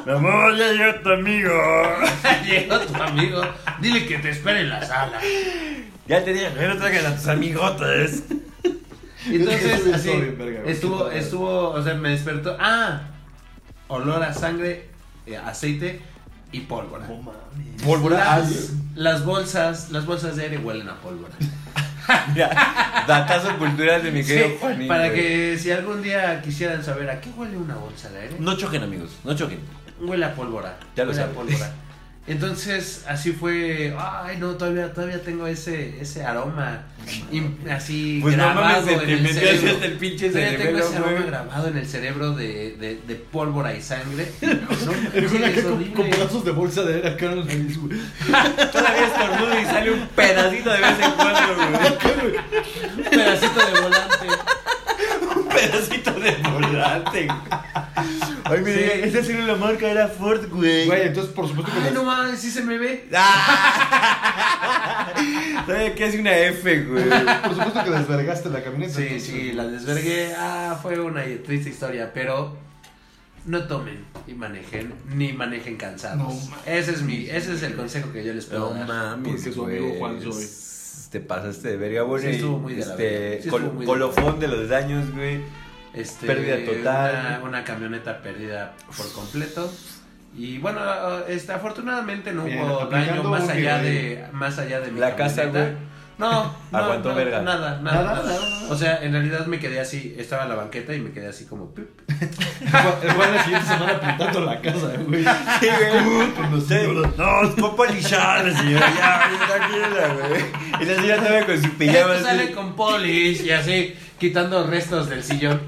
[SPEAKER 1] Mi amor, ya llegó tu amigo.
[SPEAKER 2] Llegó tu amigo. Dile que te espere en la sala.
[SPEAKER 1] Ya te dije, que no traigan a tus amigotes.
[SPEAKER 2] Entonces,
[SPEAKER 3] Estoy
[SPEAKER 2] así.
[SPEAKER 3] bien, verga, güey.
[SPEAKER 2] Estuvo,
[SPEAKER 3] Qué
[SPEAKER 2] estuvo, o sea, me despertó. Ah, olor a sangre, eh, aceite y pólvora.
[SPEAKER 3] No mames.
[SPEAKER 1] Ah,
[SPEAKER 2] Las, las bolsas, las bolsas de aire huelen a pólvora.
[SPEAKER 1] Ya, datazo cultural de mi querido
[SPEAKER 2] Sí,
[SPEAKER 1] Juanín,
[SPEAKER 2] para
[SPEAKER 1] güey.
[SPEAKER 2] que si algún día quisieran saber a qué huele una bolsa de aire,
[SPEAKER 1] No choquen, amigos, no choquen.
[SPEAKER 2] huele a pólvora.
[SPEAKER 1] Ya lo
[SPEAKER 2] huele a
[SPEAKER 1] sabes.
[SPEAKER 2] pólvora. Entonces, así fue, ay no, todavía, todavía tengo ese, ese aroma im- así
[SPEAKER 1] Pues no
[SPEAKER 2] grabado
[SPEAKER 1] mames, se
[SPEAKER 2] en
[SPEAKER 1] te
[SPEAKER 2] el
[SPEAKER 1] metió así
[SPEAKER 2] cerebro.
[SPEAKER 1] hasta el pinche
[SPEAKER 2] Todavía tengo
[SPEAKER 1] cerebelo,
[SPEAKER 2] ese aroma
[SPEAKER 1] güey.
[SPEAKER 2] grabado en el cerebro de, de, de pólvora y sangre.
[SPEAKER 3] El güey
[SPEAKER 2] No,
[SPEAKER 3] acá
[SPEAKER 2] es
[SPEAKER 3] con,
[SPEAKER 2] horrible.
[SPEAKER 3] con pedazos de bolsa de aire acá en la nariz, güey.
[SPEAKER 1] Todavía estornudo y sale un pedacito de vez en cuando, güey.
[SPEAKER 3] Acá, güey.
[SPEAKER 2] Un pedacito de volante.
[SPEAKER 1] Un pedacito de volante, güey. Ay, me
[SPEAKER 2] Sí.
[SPEAKER 1] diga, esa sí era la marca, era Ford, güey.
[SPEAKER 3] Güey, entonces, por supuesto que
[SPEAKER 2] Ay,
[SPEAKER 3] las-
[SPEAKER 2] no mames, sí se me ve.
[SPEAKER 1] ¡Ah! Todavía que hace una F, güey.
[SPEAKER 3] Por supuesto que desvergaste la camioneta.
[SPEAKER 2] Sí,
[SPEAKER 3] entonces.
[SPEAKER 2] sí, la desvergué. Ah, fue una triste historia, pero no tomen y manejen, ni manejen cansados.
[SPEAKER 3] No mames.
[SPEAKER 2] ese es mi, ese es el consejo que yo les puedo
[SPEAKER 1] No
[SPEAKER 2] dar.
[SPEAKER 1] mames,
[SPEAKER 3] Porque su amigo
[SPEAKER 1] güey.
[SPEAKER 3] Juan soy.
[SPEAKER 1] Te pasaste de verga, güey.
[SPEAKER 2] Sí, estuvo muy de la
[SPEAKER 1] este,
[SPEAKER 2] verga. Sí,
[SPEAKER 1] col-
[SPEAKER 2] estuvo muy de la
[SPEAKER 1] colofón de los daños, güey.
[SPEAKER 2] Este,
[SPEAKER 1] Pérdida total.
[SPEAKER 2] Una, una camioneta perdida por completo. Y bueno, este, afortunadamente no
[SPEAKER 3] Bien,
[SPEAKER 2] hubo daño
[SPEAKER 3] aplicando
[SPEAKER 2] más
[SPEAKER 3] un
[SPEAKER 2] allá
[SPEAKER 3] que-
[SPEAKER 2] de más allá de mi
[SPEAKER 1] La casa,
[SPEAKER 2] camioneta.
[SPEAKER 1] güey.
[SPEAKER 2] No, no,
[SPEAKER 1] Aguantó
[SPEAKER 2] no,
[SPEAKER 1] verga.
[SPEAKER 2] Nada, nada,
[SPEAKER 3] Nada,
[SPEAKER 2] nada.
[SPEAKER 3] nada, nada.
[SPEAKER 2] O sea, en realidad me quedé así, estaba en la banqueta y me quedé así como "Pip".
[SPEAKER 3] El Juan- El Juan la siguiente semana pintando la casa, güey.
[SPEAKER 1] Sí, güey.
[SPEAKER 3] Con los símbolos.
[SPEAKER 1] Pues No, es popa lishar, la señora. Ya, ya, tranquila, güey. Y la señora estaba con su pijama.
[SPEAKER 2] Esto sale
[SPEAKER 1] así.
[SPEAKER 2] con polis y así, quitando restos del sillón.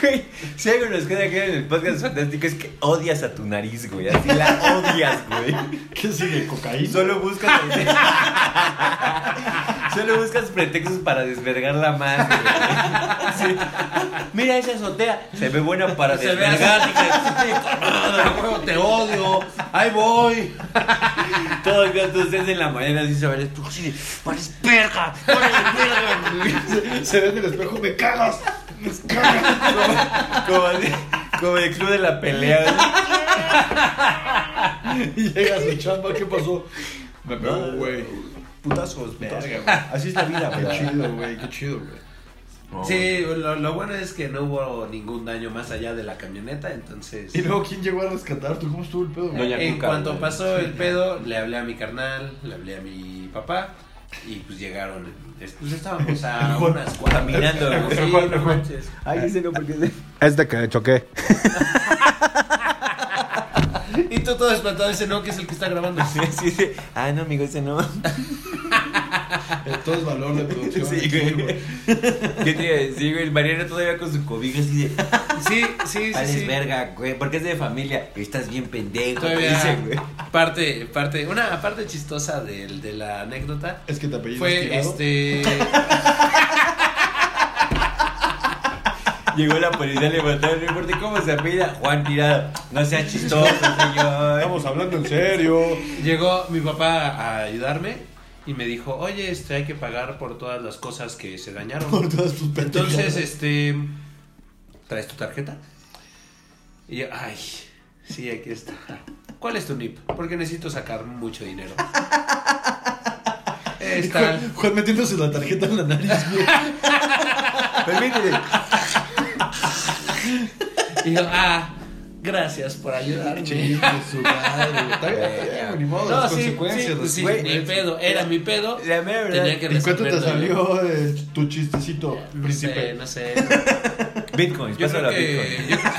[SPEAKER 1] Güey, si algo nos queda claro en el podcast fantástico es que odias a tu nariz, güey. Así la odias, güey.
[SPEAKER 3] ¿Qué sigue?
[SPEAKER 1] Y
[SPEAKER 3] ¿Cocaína?
[SPEAKER 1] solo buscas. solo buscas pretextos para desvergarla más, güey. Sí. Mira esa azotea. Se ve buena para
[SPEAKER 2] Se ve "Ah,
[SPEAKER 1] desvergar.
[SPEAKER 2] A huevo, te odio. Ahí voy.
[SPEAKER 1] Todos los días en la mañana así se ve. Tú así de, pares verga, pares verga, güey.
[SPEAKER 3] Se, se ve en el espejo, me cagas. Me cagas.
[SPEAKER 1] Como, de- como el club de la pelea. güey.
[SPEAKER 3] Y llega su chamba, ¿qué pasó? Me pegó, güey.
[SPEAKER 1] Putazos, putazos.
[SPEAKER 3] Verga, güey.
[SPEAKER 1] Así es la vida,
[SPEAKER 3] Qué
[SPEAKER 1] güey.
[SPEAKER 3] chido, güey. Qué chido, güey.
[SPEAKER 1] No, güey.
[SPEAKER 2] Sí, lo, lo bueno es que no hubo ningún daño más allá de la camioneta, entonces...
[SPEAKER 3] Y luego, ¿quién llegó a rescatar? ¿Tú cómo estuvo el pedo, güey?
[SPEAKER 1] Doña
[SPEAKER 2] en
[SPEAKER 1] Cuca,
[SPEAKER 2] cuanto
[SPEAKER 1] güey.
[SPEAKER 2] pasó el pedo, le hablé a mi carnal, le hablé a mi papá y pues llegaron. es- Pues estábamos a unas cuadras.
[SPEAKER 1] Caminando, güey.
[SPEAKER 2] Sí,
[SPEAKER 3] Juan,
[SPEAKER 2] no
[SPEAKER 3] Juan.
[SPEAKER 2] manches.
[SPEAKER 4] Ay, ese no, porque ese-
[SPEAKER 3] Este que choqué.
[SPEAKER 2] Y tú todo espantado dice, no, que es el que está grabando.
[SPEAKER 1] Sí, sí. Ah, no, amigo, ese no.
[SPEAKER 3] Eh, Todo es valor de producción.
[SPEAKER 1] Sí,
[SPEAKER 3] aquí,
[SPEAKER 1] güey.
[SPEAKER 3] güey.
[SPEAKER 1] ¿Qué te iba a decir, güey? El Mariano todavía con su cobija así de.
[SPEAKER 2] Sí, sí, sí.
[SPEAKER 1] Vales
[SPEAKER 2] sí.
[SPEAKER 1] verga, güey. Porque es de familia. Estás bien pendejo. te
[SPEAKER 2] Todavía
[SPEAKER 1] dice, güey.
[SPEAKER 2] parte, parte, una parte chistosa del- de la anécdota
[SPEAKER 3] Es que te apellidas
[SPEAKER 2] fue
[SPEAKER 3] tirado.
[SPEAKER 2] este...
[SPEAKER 1] Llegó la policía, le mataron. No importa cómo se apellida. Juan Tirado. No sea chistoso, señor.
[SPEAKER 3] Estamos hablando en serio.
[SPEAKER 2] este, Llegó mi papá a ayudarme y me dijo, oye, este, hay que pagar por todas las cosas que se dañaron.
[SPEAKER 3] Por todas tus pendejadas.
[SPEAKER 2] Entonces, este, ¿traes tu tarjeta? Y yo, ay, sí, aquí está. ¿Cuál es tu NIP? Porque necesito sacar mucho dinero. Está.
[SPEAKER 3] Juan, Juan metiéndose la tarjeta en la nariz, güey.
[SPEAKER 1] Permíteme.
[SPEAKER 2] Y yo, ah, gracias por ayudarme.
[SPEAKER 3] Chingue su madre, güey. Está bien, güey, ni modo,
[SPEAKER 2] No,
[SPEAKER 3] las
[SPEAKER 2] sí,
[SPEAKER 3] consecuencias.
[SPEAKER 2] sí,
[SPEAKER 3] las
[SPEAKER 2] sí, mi
[SPEAKER 3] consecuencias.
[SPEAKER 2] pedo, era mi pedo.
[SPEAKER 1] La mera verdad.
[SPEAKER 2] Tenía que
[SPEAKER 3] ¿Y cuánto te
[SPEAKER 2] resolverlo yo.
[SPEAKER 3] salió eh, tu chistecito,
[SPEAKER 2] No sé,
[SPEAKER 3] príncipe?
[SPEAKER 2] no sé.
[SPEAKER 1] Bitcoins,
[SPEAKER 2] Yo creo
[SPEAKER 1] pásalo a
[SPEAKER 2] que.
[SPEAKER 1] Bitcoin.
[SPEAKER 2] yo creo-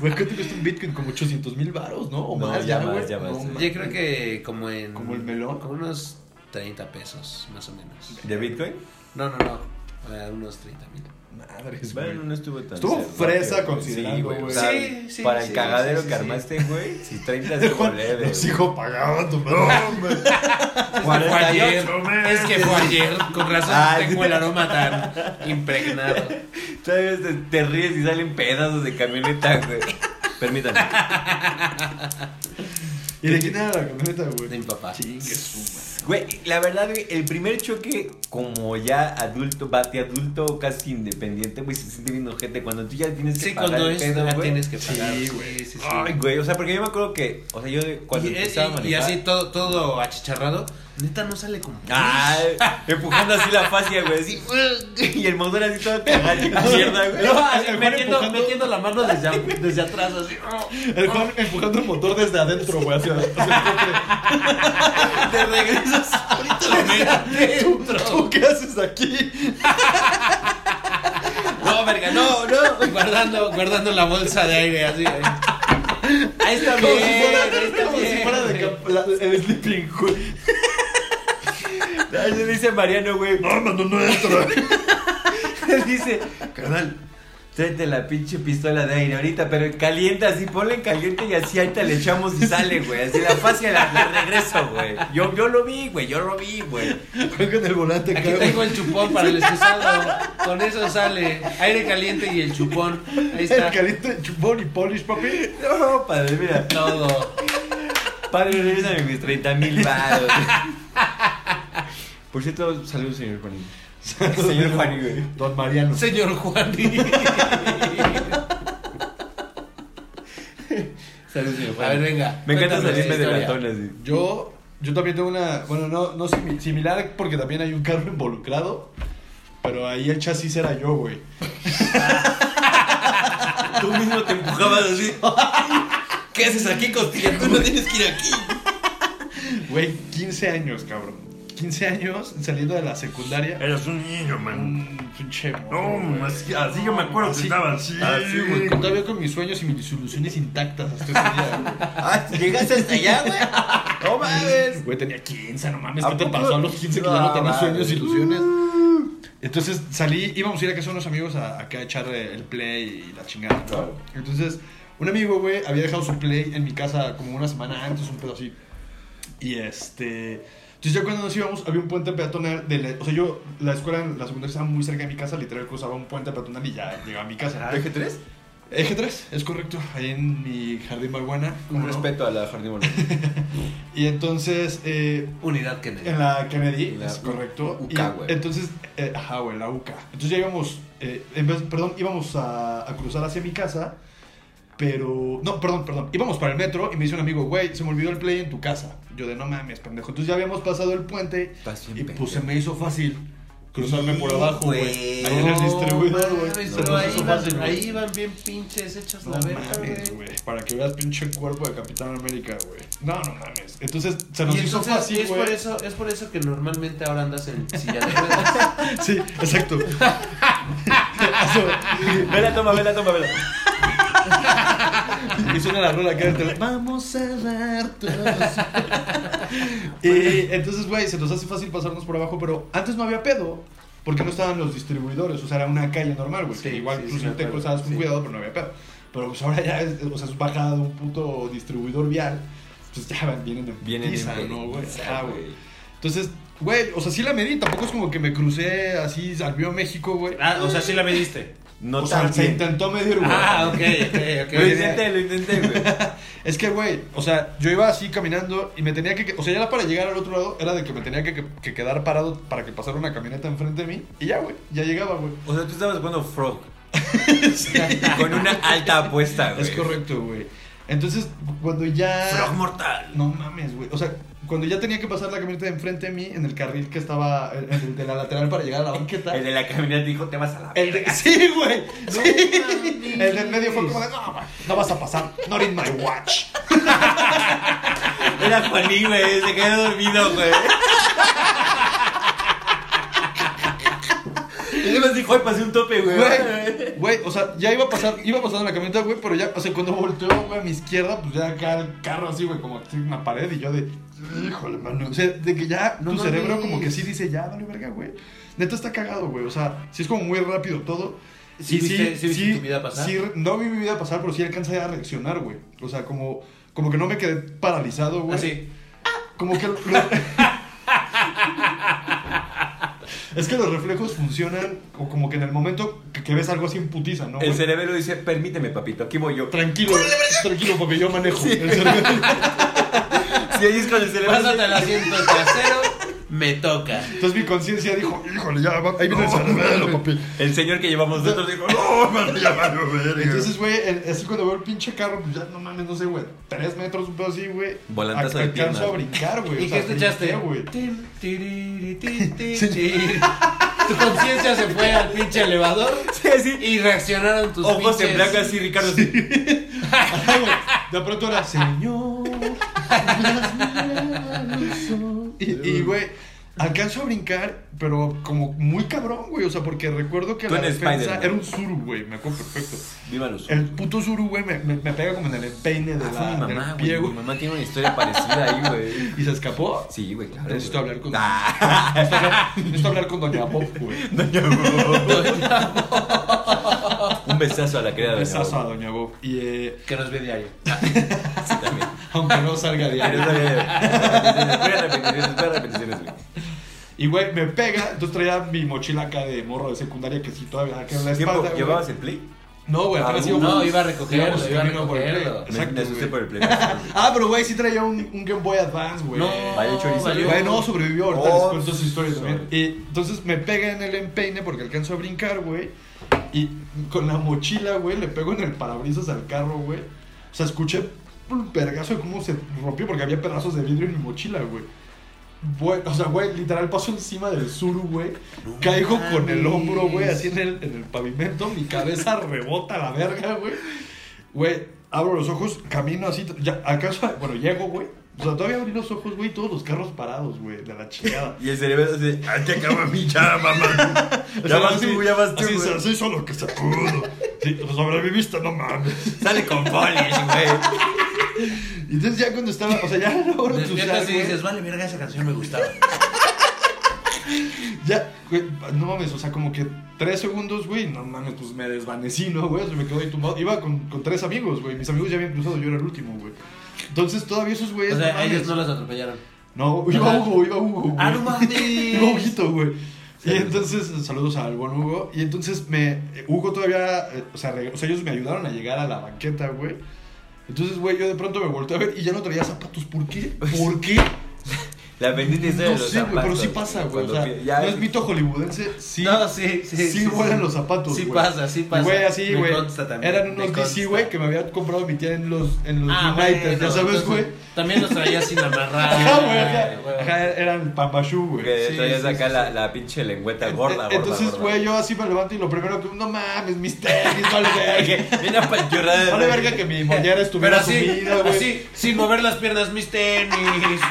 [SPEAKER 3] Güey, ¿cuánto cuesta un Bitcoin? Como 800 mil baros, ¿no? O
[SPEAKER 1] No,
[SPEAKER 3] más,
[SPEAKER 1] ya
[SPEAKER 3] ya,
[SPEAKER 1] más,
[SPEAKER 3] güey.
[SPEAKER 1] ya más,
[SPEAKER 3] No,
[SPEAKER 1] ya
[SPEAKER 3] ma-
[SPEAKER 2] Yo creo que como en.
[SPEAKER 3] ¿Como el melón?
[SPEAKER 2] Como unos 30 pesos, más o menos.
[SPEAKER 1] ¿De Bitcoin?
[SPEAKER 2] No, no, no. eh, unos 30 mil.
[SPEAKER 3] Madres, güey.
[SPEAKER 1] Bueno, no estuvo tan.
[SPEAKER 3] Estuvo
[SPEAKER 1] cerdo,
[SPEAKER 3] fresa
[SPEAKER 1] pero-
[SPEAKER 3] considerando,
[SPEAKER 1] sí, güey.
[SPEAKER 3] güey.
[SPEAKER 1] o sea,
[SPEAKER 2] Sí, sí,
[SPEAKER 1] Para el
[SPEAKER 2] sí,
[SPEAKER 1] cagadero
[SPEAKER 2] sí, sí,
[SPEAKER 1] que
[SPEAKER 2] sí.
[SPEAKER 1] armaste, güey. Si 30 es como
[SPEAKER 3] Juan,
[SPEAKER 1] leve.
[SPEAKER 3] los
[SPEAKER 1] güey.
[SPEAKER 3] hijos pagaban tu pedo. hombre.
[SPEAKER 1] 48
[SPEAKER 2] Es que fue ayer. Con razón
[SPEAKER 1] Ay.
[SPEAKER 2] tengo el aroma tan impregnado.
[SPEAKER 1] Todavía te, te ríes y salen pedazos de camioneta, güey. Permítame.
[SPEAKER 3] ¿Y de quién era la camioneta, güey?
[SPEAKER 2] De mi papá.
[SPEAKER 3] Chingue su
[SPEAKER 1] Güey, la verdad, güey, el primer choque, como ya adulto, bate adulto, casi independiente, güey, se siente bien ojete. Cuando tú ya tienes que
[SPEAKER 2] Sí,
[SPEAKER 1] pagar
[SPEAKER 2] cuando
[SPEAKER 1] el
[SPEAKER 2] es.
[SPEAKER 1] pedo,
[SPEAKER 2] la
[SPEAKER 1] güey.
[SPEAKER 2] tienes que pagar.
[SPEAKER 3] Sí,
[SPEAKER 2] güey. Sí, sí, sí.
[SPEAKER 1] Ay, güey, o sea, porque yo me acuerdo que, o sea, yo de- cuando
[SPEAKER 2] Y, y-
[SPEAKER 1] empezaba a
[SPEAKER 2] y
[SPEAKER 1] manejar... Ah.
[SPEAKER 2] así todo, todo achicharrado. Neta, no sale como.
[SPEAKER 1] Ay, empujando así la fascia, güey, así, y el motor así todo cagado, hecho mierda, güey.
[SPEAKER 2] No, así,
[SPEAKER 3] Mejor
[SPEAKER 2] metiendo,
[SPEAKER 3] empujando.
[SPEAKER 2] metiendo la mano desde, a- desde atrás, así. oh.
[SPEAKER 3] madre. El Juan empujando el motor desde adentro, güey. Hacia, hacia el cofre.
[SPEAKER 2] Te regresas solito lo metes
[SPEAKER 3] ¿Tú,
[SPEAKER 2] adentro.
[SPEAKER 3] ¿Tú qué haces aquí?
[SPEAKER 2] No, verga, no, no. Guardando, guardando la bolsa de aire así. eh. Ahí está
[SPEAKER 3] Como
[SPEAKER 2] bien,
[SPEAKER 3] si fuera,
[SPEAKER 2] ahí está
[SPEAKER 3] como
[SPEAKER 2] bien.
[SPEAKER 3] si fuera de cap- la- el Sleeping Hood.
[SPEAKER 1] Ay, le dice Mariano, güey,
[SPEAKER 3] No, no, no, no entro.
[SPEAKER 1] dice, carnal, tráete la pinche pistola de aire ahorita, pero calienta, así, ponla en caliente y así ahorita le echamos y sale, güey. Así la fascia la, la regreso, güey. Yo, yo lo vi, güey, yo lo vi, güey.
[SPEAKER 3] Juan con el volante
[SPEAKER 2] Aquí
[SPEAKER 3] cae,
[SPEAKER 2] tengo
[SPEAKER 3] güey.
[SPEAKER 2] el chupón para el excusado. Con eso sale aire caliente y el chupón. Ahí está
[SPEAKER 3] El caliente chupón y polish, papi.
[SPEAKER 1] No, padre, mira.
[SPEAKER 2] todo.
[SPEAKER 1] Padre, regresame mis 30 mil baros. Por cierto, saludos, señor Juanín. Señor Juanín, güey.
[SPEAKER 3] Don Mariano.
[SPEAKER 2] Señor Juan.
[SPEAKER 1] Saludos, señor
[SPEAKER 2] A ver, venga.
[SPEAKER 1] Me encanta
[SPEAKER 2] cuéntame
[SPEAKER 1] salirme
[SPEAKER 2] esa
[SPEAKER 1] de la
[SPEAKER 2] historia.
[SPEAKER 1] tona, así.
[SPEAKER 3] Yo, yo también tengo una, bueno, no, no simi- similar porque también hay un carro involucrado, pero ahí el chasis era yo, güey.
[SPEAKER 1] Tú mismo te empujabas así. ¿Qué haces aquí, costilla? Tú no tienes que ir aquí.
[SPEAKER 3] Güey, 15 años, cabrón. 15 años saliendo de la secundaria.
[SPEAKER 5] Eras un niño, man.
[SPEAKER 3] Un pinche morro, güey.
[SPEAKER 5] No, así, así yo me acuerdo que estaba así.
[SPEAKER 3] Así, güey, todavía con mis sueños y mis ilusiones intactas hasta ese día.
[SPEAKER 1] Ah, llegaste hasta allá, güey. No mames.
[SPEAKER 3] güey. Güey, tenía 15, no mames,
[SPEAKER 1] ¿A
[SPEAKER 3] ¿qué te
[SPEAKER 1] poco?
[SPEAKER 3] pasó a los 15 que ya
[SPEAKER 1] No,
[SPEAKER 3] no tenías
[SPEAKER 1] madre.
[SPEAKER 3] sueños, ilusiones? Entonces salí, íbamos a ir a casa de unos amigos a, acá a echar eh, el play y la chingada. ¿no?
[SPEAKER 1] Claro.
[SPEAKER 3] Entonces, un amigo, güey, había dejado su play en mi casa como una semana antes, un pedo así. Y este. Entonces, ya cuando nos íbamos, había un puente peatonal. De la- o sea, yo, la escuela, la secundaria estaba muy cerca de mi casa, literal cruzaba un puente peatonal y ya llegaba a mi casa.
[SPEAKER 1] Ah, ¿Eje 3?
[SPEAKER 3] Eje 3, es correcto, ahí en mi jardín marihuana.
[SPEAKER 1] Un
[SPEAKER 3] ¿cómo no?
[SPEAKER 1] respeto a la jardín
[SPEAKER 3] Y entonces, eh,
[SPEAKER 2] Unidad Kennedy.
[SPEAKER 3] en la Kennedy,
[SPEAKER 1] La
[SPEAKER 3] es
[SPEAKER 1] U-
[SPEAKER 3] correcto.
[SPEAKER 1] UCA,
[SPEAKER 3] Y
[SPEAKER 1] güey.
[SPEAKER 3] Entonces, eh, ajá, güey, la UCA. Entonces ya íbamos, eh, en vez- perdón, íbamos a, a cruzar hacia mi casa, pero... No, perdón, perdón. Íbamos para el metro y me dice un amigo, güey, se me olvidó el play en tu casa. Yo de, no mames, pendejo. Entonces ya habíamos pasado el puente
[SPEAKER 1] Estás
[SPEAKER 3] y
[SPEAKER 1] bien
[SPEAKER 3] pues se
[SPEAKER 1] pendejo.
[SPEAKER 3] me hizo fácil. cruzarme por
[SPEAKER 2] Sí,
[SPEAKER 3] abajo, güey. Ahí en el distribuidor, güey.
[SPEAKER 2] mames,
[SPEAKER 3] Se
[SPEAKER 2] pero
[SPEAKER 3] nos
[SPEAKER 2] ahí,
[SPEAKER 3] hizo
[SPEAKER 2] van-
[SPEAKER 3] fácil, güey.
[SPEAKER 2] ahí van bien pinches hechos
[SPEAKER 3] No
[SPEAKER 2] la verga, güey.
[SPEAKER 3] mames, güey. Para que veas pinche cuerpo de Capitán América, güey. No, no mames. Entonces se nos
[SPEAKER 2] Y
[SPEAKER 3] hizo
[SPEAKER 2] entonces
[SPEAKER 3] fácil,
[SPEAKER 2] es por,
[SPEAKER 3] güey.
[SPEAKER 2] eso, es por eso que normalmente ahora andas en silla de ruedas.
[SPEAKER 3] Sí, exacto.
[SPEAKER 1] Vela, toma, vela, toma, vela.
[SPEAKER 3] Y suena la rola acá dentro. Vamos a dar todos. y entonces, güey, se nos hace fácil pasarnos por abajo, pero antes no había pedo. Porque no estaban los distribuidores, o sea, era una calle normal, güey.
[SPEAKER 2] Sí,
[SPEAKER 3] que igual
[SPEAKER 2] sí,
[SPEAKER 3] incluso
[SPEAKER 2] sí, me
[SPEAKER 3] te
[SPEAKER 2] acuerdo,
[SPEAKER 3] cruzabas con
[SPEAKER 2] sí.
[SPEAKER 3] cuidado, pero no había pedo. Pero pues ahora ya, es, o sea, es bajada de un puto distribuidor vial. Pues ya van- vienen de
[SPEAKER 1] Vienen
[SPEAKER 3] putiza,
[SPEAKER 1] en
[SPEAKER 3] ¿no, güey?
[SPEAKER 1] putiza,
[SPEAKER 3] Ah, güey. Entonces, güey, o sea, sí la medí. Tampoco es como que me crucé así, salvió México, güey.
[SPEAKER 2] Ah, o sea, sí la mediste.
[SPEAKER 1] No
[SPEAKER 3] o sea,
[SPEAKER 1] tan
[SPEAKER 3] se
[SPEAKER 1] bien.
[SPEAKER 3] intentó medir, güey.
[SPEAKER 2] Ah, ok, ok, ok.
[SPEAKER 1] Lo intenté, lo intenté, güey.
[SPEAKER 3] Es que, güey, o sea, yo iba así caminando y me tenía que... O sea, ya para llegar al otro lado era de que me tenía que, que- que quedar parado para que pasara una camioneta enfrente de mí. Y ya, güey, ya llegaba, güey.
[SPEAKER 1] O sea, tú estabas jugando Frog. Con una alta apuesta, güey.
[SPEAKER 3] Es correcto, güey. Entonces, cuando ya...
[SPEAKER 1] Frog mortal.
[SPEAKER 3] No mames, güey. O sea, cuando ya tenía que pasar la camioneta de enfrente de mí en el carril que estaba... El, el de la lateral para llegar a la banqueta.
[SPEAKER 1] El de la camioneta dijo, te vas a la...
[SPEAKER 3] El de- sí, güey. Sí.
[SPEAKER 2] mames.
[SPEAKER 3] El del medio fue como de, no, güey, no vas a pasar. Not in my watch.
[SPEAKER 1] Era Juanín, güey. Se quedó dormido, güey. Y además dijo, ay, pasé un tope, güey.
[SPEAKER 3] Güey, güey, o sea, ya iba a pasar, iba pasando la camioneta, güey, pero ya, o sea, cuando volteó, güey, a mi izquierda, pues ya acá el carro así, güey, como aquí en una pared, y yo de, híjole, mano, o sea, de que ya
[SPEAKER 2] No
[SPEAKER 3] tu
[SPEAKER 2] mames.
[SPEAKER 3] cerebro como que sí dice, ya, dale verga, güey. Neta está cagado, güey, o sea, sí es como muy rápido todo.
[SPEAKER 2] ¿Sí
[SPEAKER 3] Y
[SPEAKER 2] viste- sí viste tu vida pasar?
[SPEAKER 3] sí, no vi mi vida pasar, pero sí alcancé a reaccionar, güey. O sea, como, como que no me quedé paralizado, güey.
[SPEAKER 2] Así.
[SPEAKER 3] Como que. lo- es que los reflejos funcionan o como que en el momento que, que ves algo así en putiza, ¿no? güey?
[SPEAKER 1] El cerebro dice, permíteme, papito, aquí voy yo.
[SPEAKER 3] Tranquilo, tranquilo, porque yo manejo. El cerebro-
[SPEAKER 1] Si ahí es con el cerebro.
[SPEAKER 2] Pásate al asiento trasero, me toca.
[SPEAKER 3] Entonces mi conciencia dijo, híjole, ya, va- ahí viene el cerebro, papi.
[SPEAKER 1] El señor que llevamos dentro dijo, no.
[SPEAKER 5] ¡Oh, vale, ya valió verga!
[SPEAKER 3] Entonces, güey, el- así cuando veo el pinche carro, pues ya no mames, no sé, güey. Tres metros, un pedo así, güey.
[SPEAKER 1] Volantazo
[SPEAKER 3] Ac-
[SPEAKER 1] de
[SPEAKER 3] Alcanzo a
[SPEAKER 1] pierna.
[SPEAKER 3] brincar, güey.
[SPEAKER 2] ¿Y
[SPEAKER 3] o
[SPEAKER 2] qué
[SPEAKER 3] sea,
[SPEAKER 2] escuchaste?
[SPEAKER 3] brinqué, güey.
[SPEAKER 2] Tin, tiriri, tin, tin, tin. Tu conciencia se fue al pinche elevador
[SPEAKER 1] Sí, sí.
[SPEAKER 2] y reaccionaron tus
[SPEAKER 1] Ojos en
[SPEAKER 2] pinches-
[SPEAKER 1] blanco así, Ricardo. así.
[SPEAKER 3] Ajá, güey. De pronto era, señor, las manos son-". Y, y, güey, alcanzo a brincar, pero como muy cabrón, güey. O sea, porque recuerdo que
[SPEAKER 1] Tú
[SPEAKER 3] la
[SPEAKER 1] eres
[SPEAKER 3] defensa
[SPEAKER 1] Spider-Man.
[SPEAKER 3] era un suru, güey. Me acuerdo perfecto.
[SPEAKER 1] Viva los
[SPEAKER 3] El puto suru, güey, me, me- me pega como en el empeine de
[SPEAKER 1] Ah, Fue mi
[SPEAKER 3] la,
[SPEAKER 1] mamá,
[SPEAKER 3] del pie,
[SPEAKER 1] güey. Mi
[SPEAKER 3] güey.
[SPEAKER 1] mamá tiene una historia parecida ahí, güey.
[SPEAKER 3] Y se escapó.
[SPEAKER 1] Sí, güey, claro.
[SPEAKER 3] Necesito
[SPEAKER 1] güey.
[SPEAKER 3] hablar con-
[SPEAKER 1] Ah.
[SPEAKER 3] Necesito hablar- Necesito hablar con Doña Pop, güey.
[SPEAKER 1] Doña Bob. Un besazo a la querida Doña
[SPEAKER 3] Un besazo a
[SPEAKER 1] Bob.
[SPEAKER 3] Doña Bob. Y eh,
[SPEAKER 2] Que nos ve diario.
[SPEAKER 1] Sí, también.
[SPEAKER 3] aunque no salga
[SPEAKER 1] Pero
[SPEAKER 3] diario.
[SPEAKER 1] está bien. Espera repeticiones, espera repeticiones, güey.
[SPEAKER 3] Y, güey, me pega. Entonces traía mi mochila acá de morro de secundaria que sí todavía acá en la
[SPEAKER 1] ¿Tiempo?
[SPEAKER 3] espalda. güey.
[SPEAKER 1] ¿Llevabas el play?
[SPEAKER 3] No, güey, apenas
[SPEAKER 1] Ah,
[SPEAKER 3] íbamos-
[SPEAKER 2] no, iba a recogerlo,
[SPEAKER 3] íbamos
[SPEAKER 2] iba a
[SPEAKER 3] camino por el play.
[SPEAKER 2] recogerlo.
[SPEAKER 1] Me,
[SPEAKER 3] Exacto,
[SPEAKER 1] me asusté
[SPEAKER 3] güey.
[SPEAKER 1] por el play.
[SPEAKER 3] Ah, pero güey, sí traía un, un Game Boy Advance, güey.
[SPEAKER 2] No,
[SPEAKER 1] Vaya chorizo.
[SPEAKER 2] valió.
[SPEAKER 3] Güey, no, sobrevivió. Ahorita
[SPEAKER 1] Oh,
[SPEAKER 3] les cuento su historia también.
[SPEAKER 1] sorry.
[SPEAKER 3] Y entonces me pega en el empeine porque alcanzo a brincar, güey. Y con la mochila, güey, le pego en el parabrisas al carro, güey. O sea, escuché un pergazo de cómo se rompió porque había pedazos de vidrio en mi mochila, güey. Güey, o sea, güey, literal pasó encima del suru, güey. Caigo con el hombro, güey, así en el, en el pavimento. Mi cabeza rebota a la verga, güey. Güey, abro los ojos, camino así. Ya, alcanzo a- Bueno, llego, güey. O sea, todavía abrí los ojos, güey, y todos los carros parados, güey, de la chingada.
[SPEAKER 1] Y el cerebro así.
[SPEAKER 5] ¡Ah, que acaba mi chamba, man!
[SPEAKER 3] O
[SPEAKER 1] Ya
[SPEAKER 3] sea,
[SPEAKER 1] vas
[SPEAKER 3] así-
[SPEAKER 1] tú, ya vas tú.
[SPEAKER 3] así,
[SPEAKER 1] güey.
[SPEAKER 3] así solo que se pudo. Sí, sobreviviste, no mames.
[SPEAKER 1] Sale con polish, güey.
[SPEAKER 3] Y entonces ya cuando estaba, o sea, ya logro entusiasmo,
[SPEAKER 2] Despiertas y
[SPEAKER 3] güey.
[SPEAKER 2] dices, vale, verga, esa canción me gustaba.
[SPEAKER 3] Ya, güey, no mames, o sea, como que tres segundos, güey, no mames, pues me desvanecí, ¿no, güey? O sea, me quedé ahí tumbado. Iba con, con tres amigos, güey, mis amigos ya habían cruzado, yo era el último, güey. Entonces todavía esos güeyes.
[SPEAKER 2] O sea,
[SPEAKER 3] mames.
[SPEAKER 2] ellos no los atropellaron.
[SPEAKER 3] No, iba
[SPEAKER 2] Ajá.
[SPEAKER 3] Hugo, iba Hugo. güey.
[SPEAKER 2] Ah, no mames.
[SPEAKER 3] Iba Huguito, güey. Y
[SPEAKER 1] Saludos.
[SPEAKER 3] entonces, saludos al buen Hugo. Y entonces, me, eh, Hugo todavía, eh, o sea, re- o sea, ellos me ayudaron a llegar a la banqueta, güey.
[SPEAKER 2] Pues,
[SPEAKER 3] Entonces, güey, yo de pronto me volteé a ver y ya no traía zapatos. ¿Por qué? ¿Por qué?
[SPEAKER 1] La bendita historia
[SPEAKER 3] No
[SPEAKER 1] de los
[SPEAKER 3] sé, güey,
[SPEAKER 1] zapatos.
[SPEAKER 3] pero sí pasa,
[SPEAKER 2] eh,
[SPEAKER 3] güey. O
[SPEAKER 1] Cuando
[SPEAKER 3] sea,
[SPEAKER 1] pi- ya-
[SPEAKER 3] no es mito hollywoodense, sí.
[SPEAKER 2] No, sí, sí.
[SPEAKER 3] sí vuelan los zapatos,
[SPEAKER 2] Sí
[SPEAKER 3] güey.
[SPEAKER 2] pasa, sí
[SPEAKER 3] Y,
[SPEAKER 2] pasa.
[SPEAKER 3] Güey, así,
[SPEAKER 2] Me
[SPEAKER 3] güey.
[SPEAKER 2] consta también,
[SPEAKER 3] Eran
[SPEAKER 2] me
[SPEAKER 3] unos DC,
[SPEAKER 2] consta.
[SPEAKER 3] güey, que me había comprado mi tía en los, en los
[SPEAKER 2] Ah,
[SPEAKER 3] United,
[SPEAKER 2] bueno,
[SPEAKER 3] ya sabes,
[SPEAKER 2] entonces, Ah,
[SPEAKER 3] güey.
[SPEAKER 2] También los traía sin amarrar.
[SPEAKER 3] Ajá, güey, ajá.
[SPEAKER 2] güey.
[SPEAKER 3] Ajá, eran pambachú, güey.
[SPEAKER 1] Que
[SPEAKER 3] Sí,
[SPEAKER 1] traías
[SPEAKER 3] sí,
[SPEAKER 1] acá
[SPEAKER 3] sí,
[SPEAKER 1] la,
[SPEAKER 3] sí.
[SPEAKER 1] la pinche lengüeta gorda, gorda.
[SPEAKER 3] E-, Entonces,
[SPEAKER 1] gorda.
[SPEAKER 3] güey, yo así me levanto y lo primero que. No mames, mis tenis, vale verga.
[SPEAKER 1] Que Bien apachurrada.
[SPEAKER 3] Vale verga que mi mollera
[SPEAKER 2] Pero
[SPEAKER 3] estuviera
[SPEAKER 2] así,
[SPEAKER 3] subida, güey.
[SPEAKER 2] así, sin mover las piernas, mis tenis.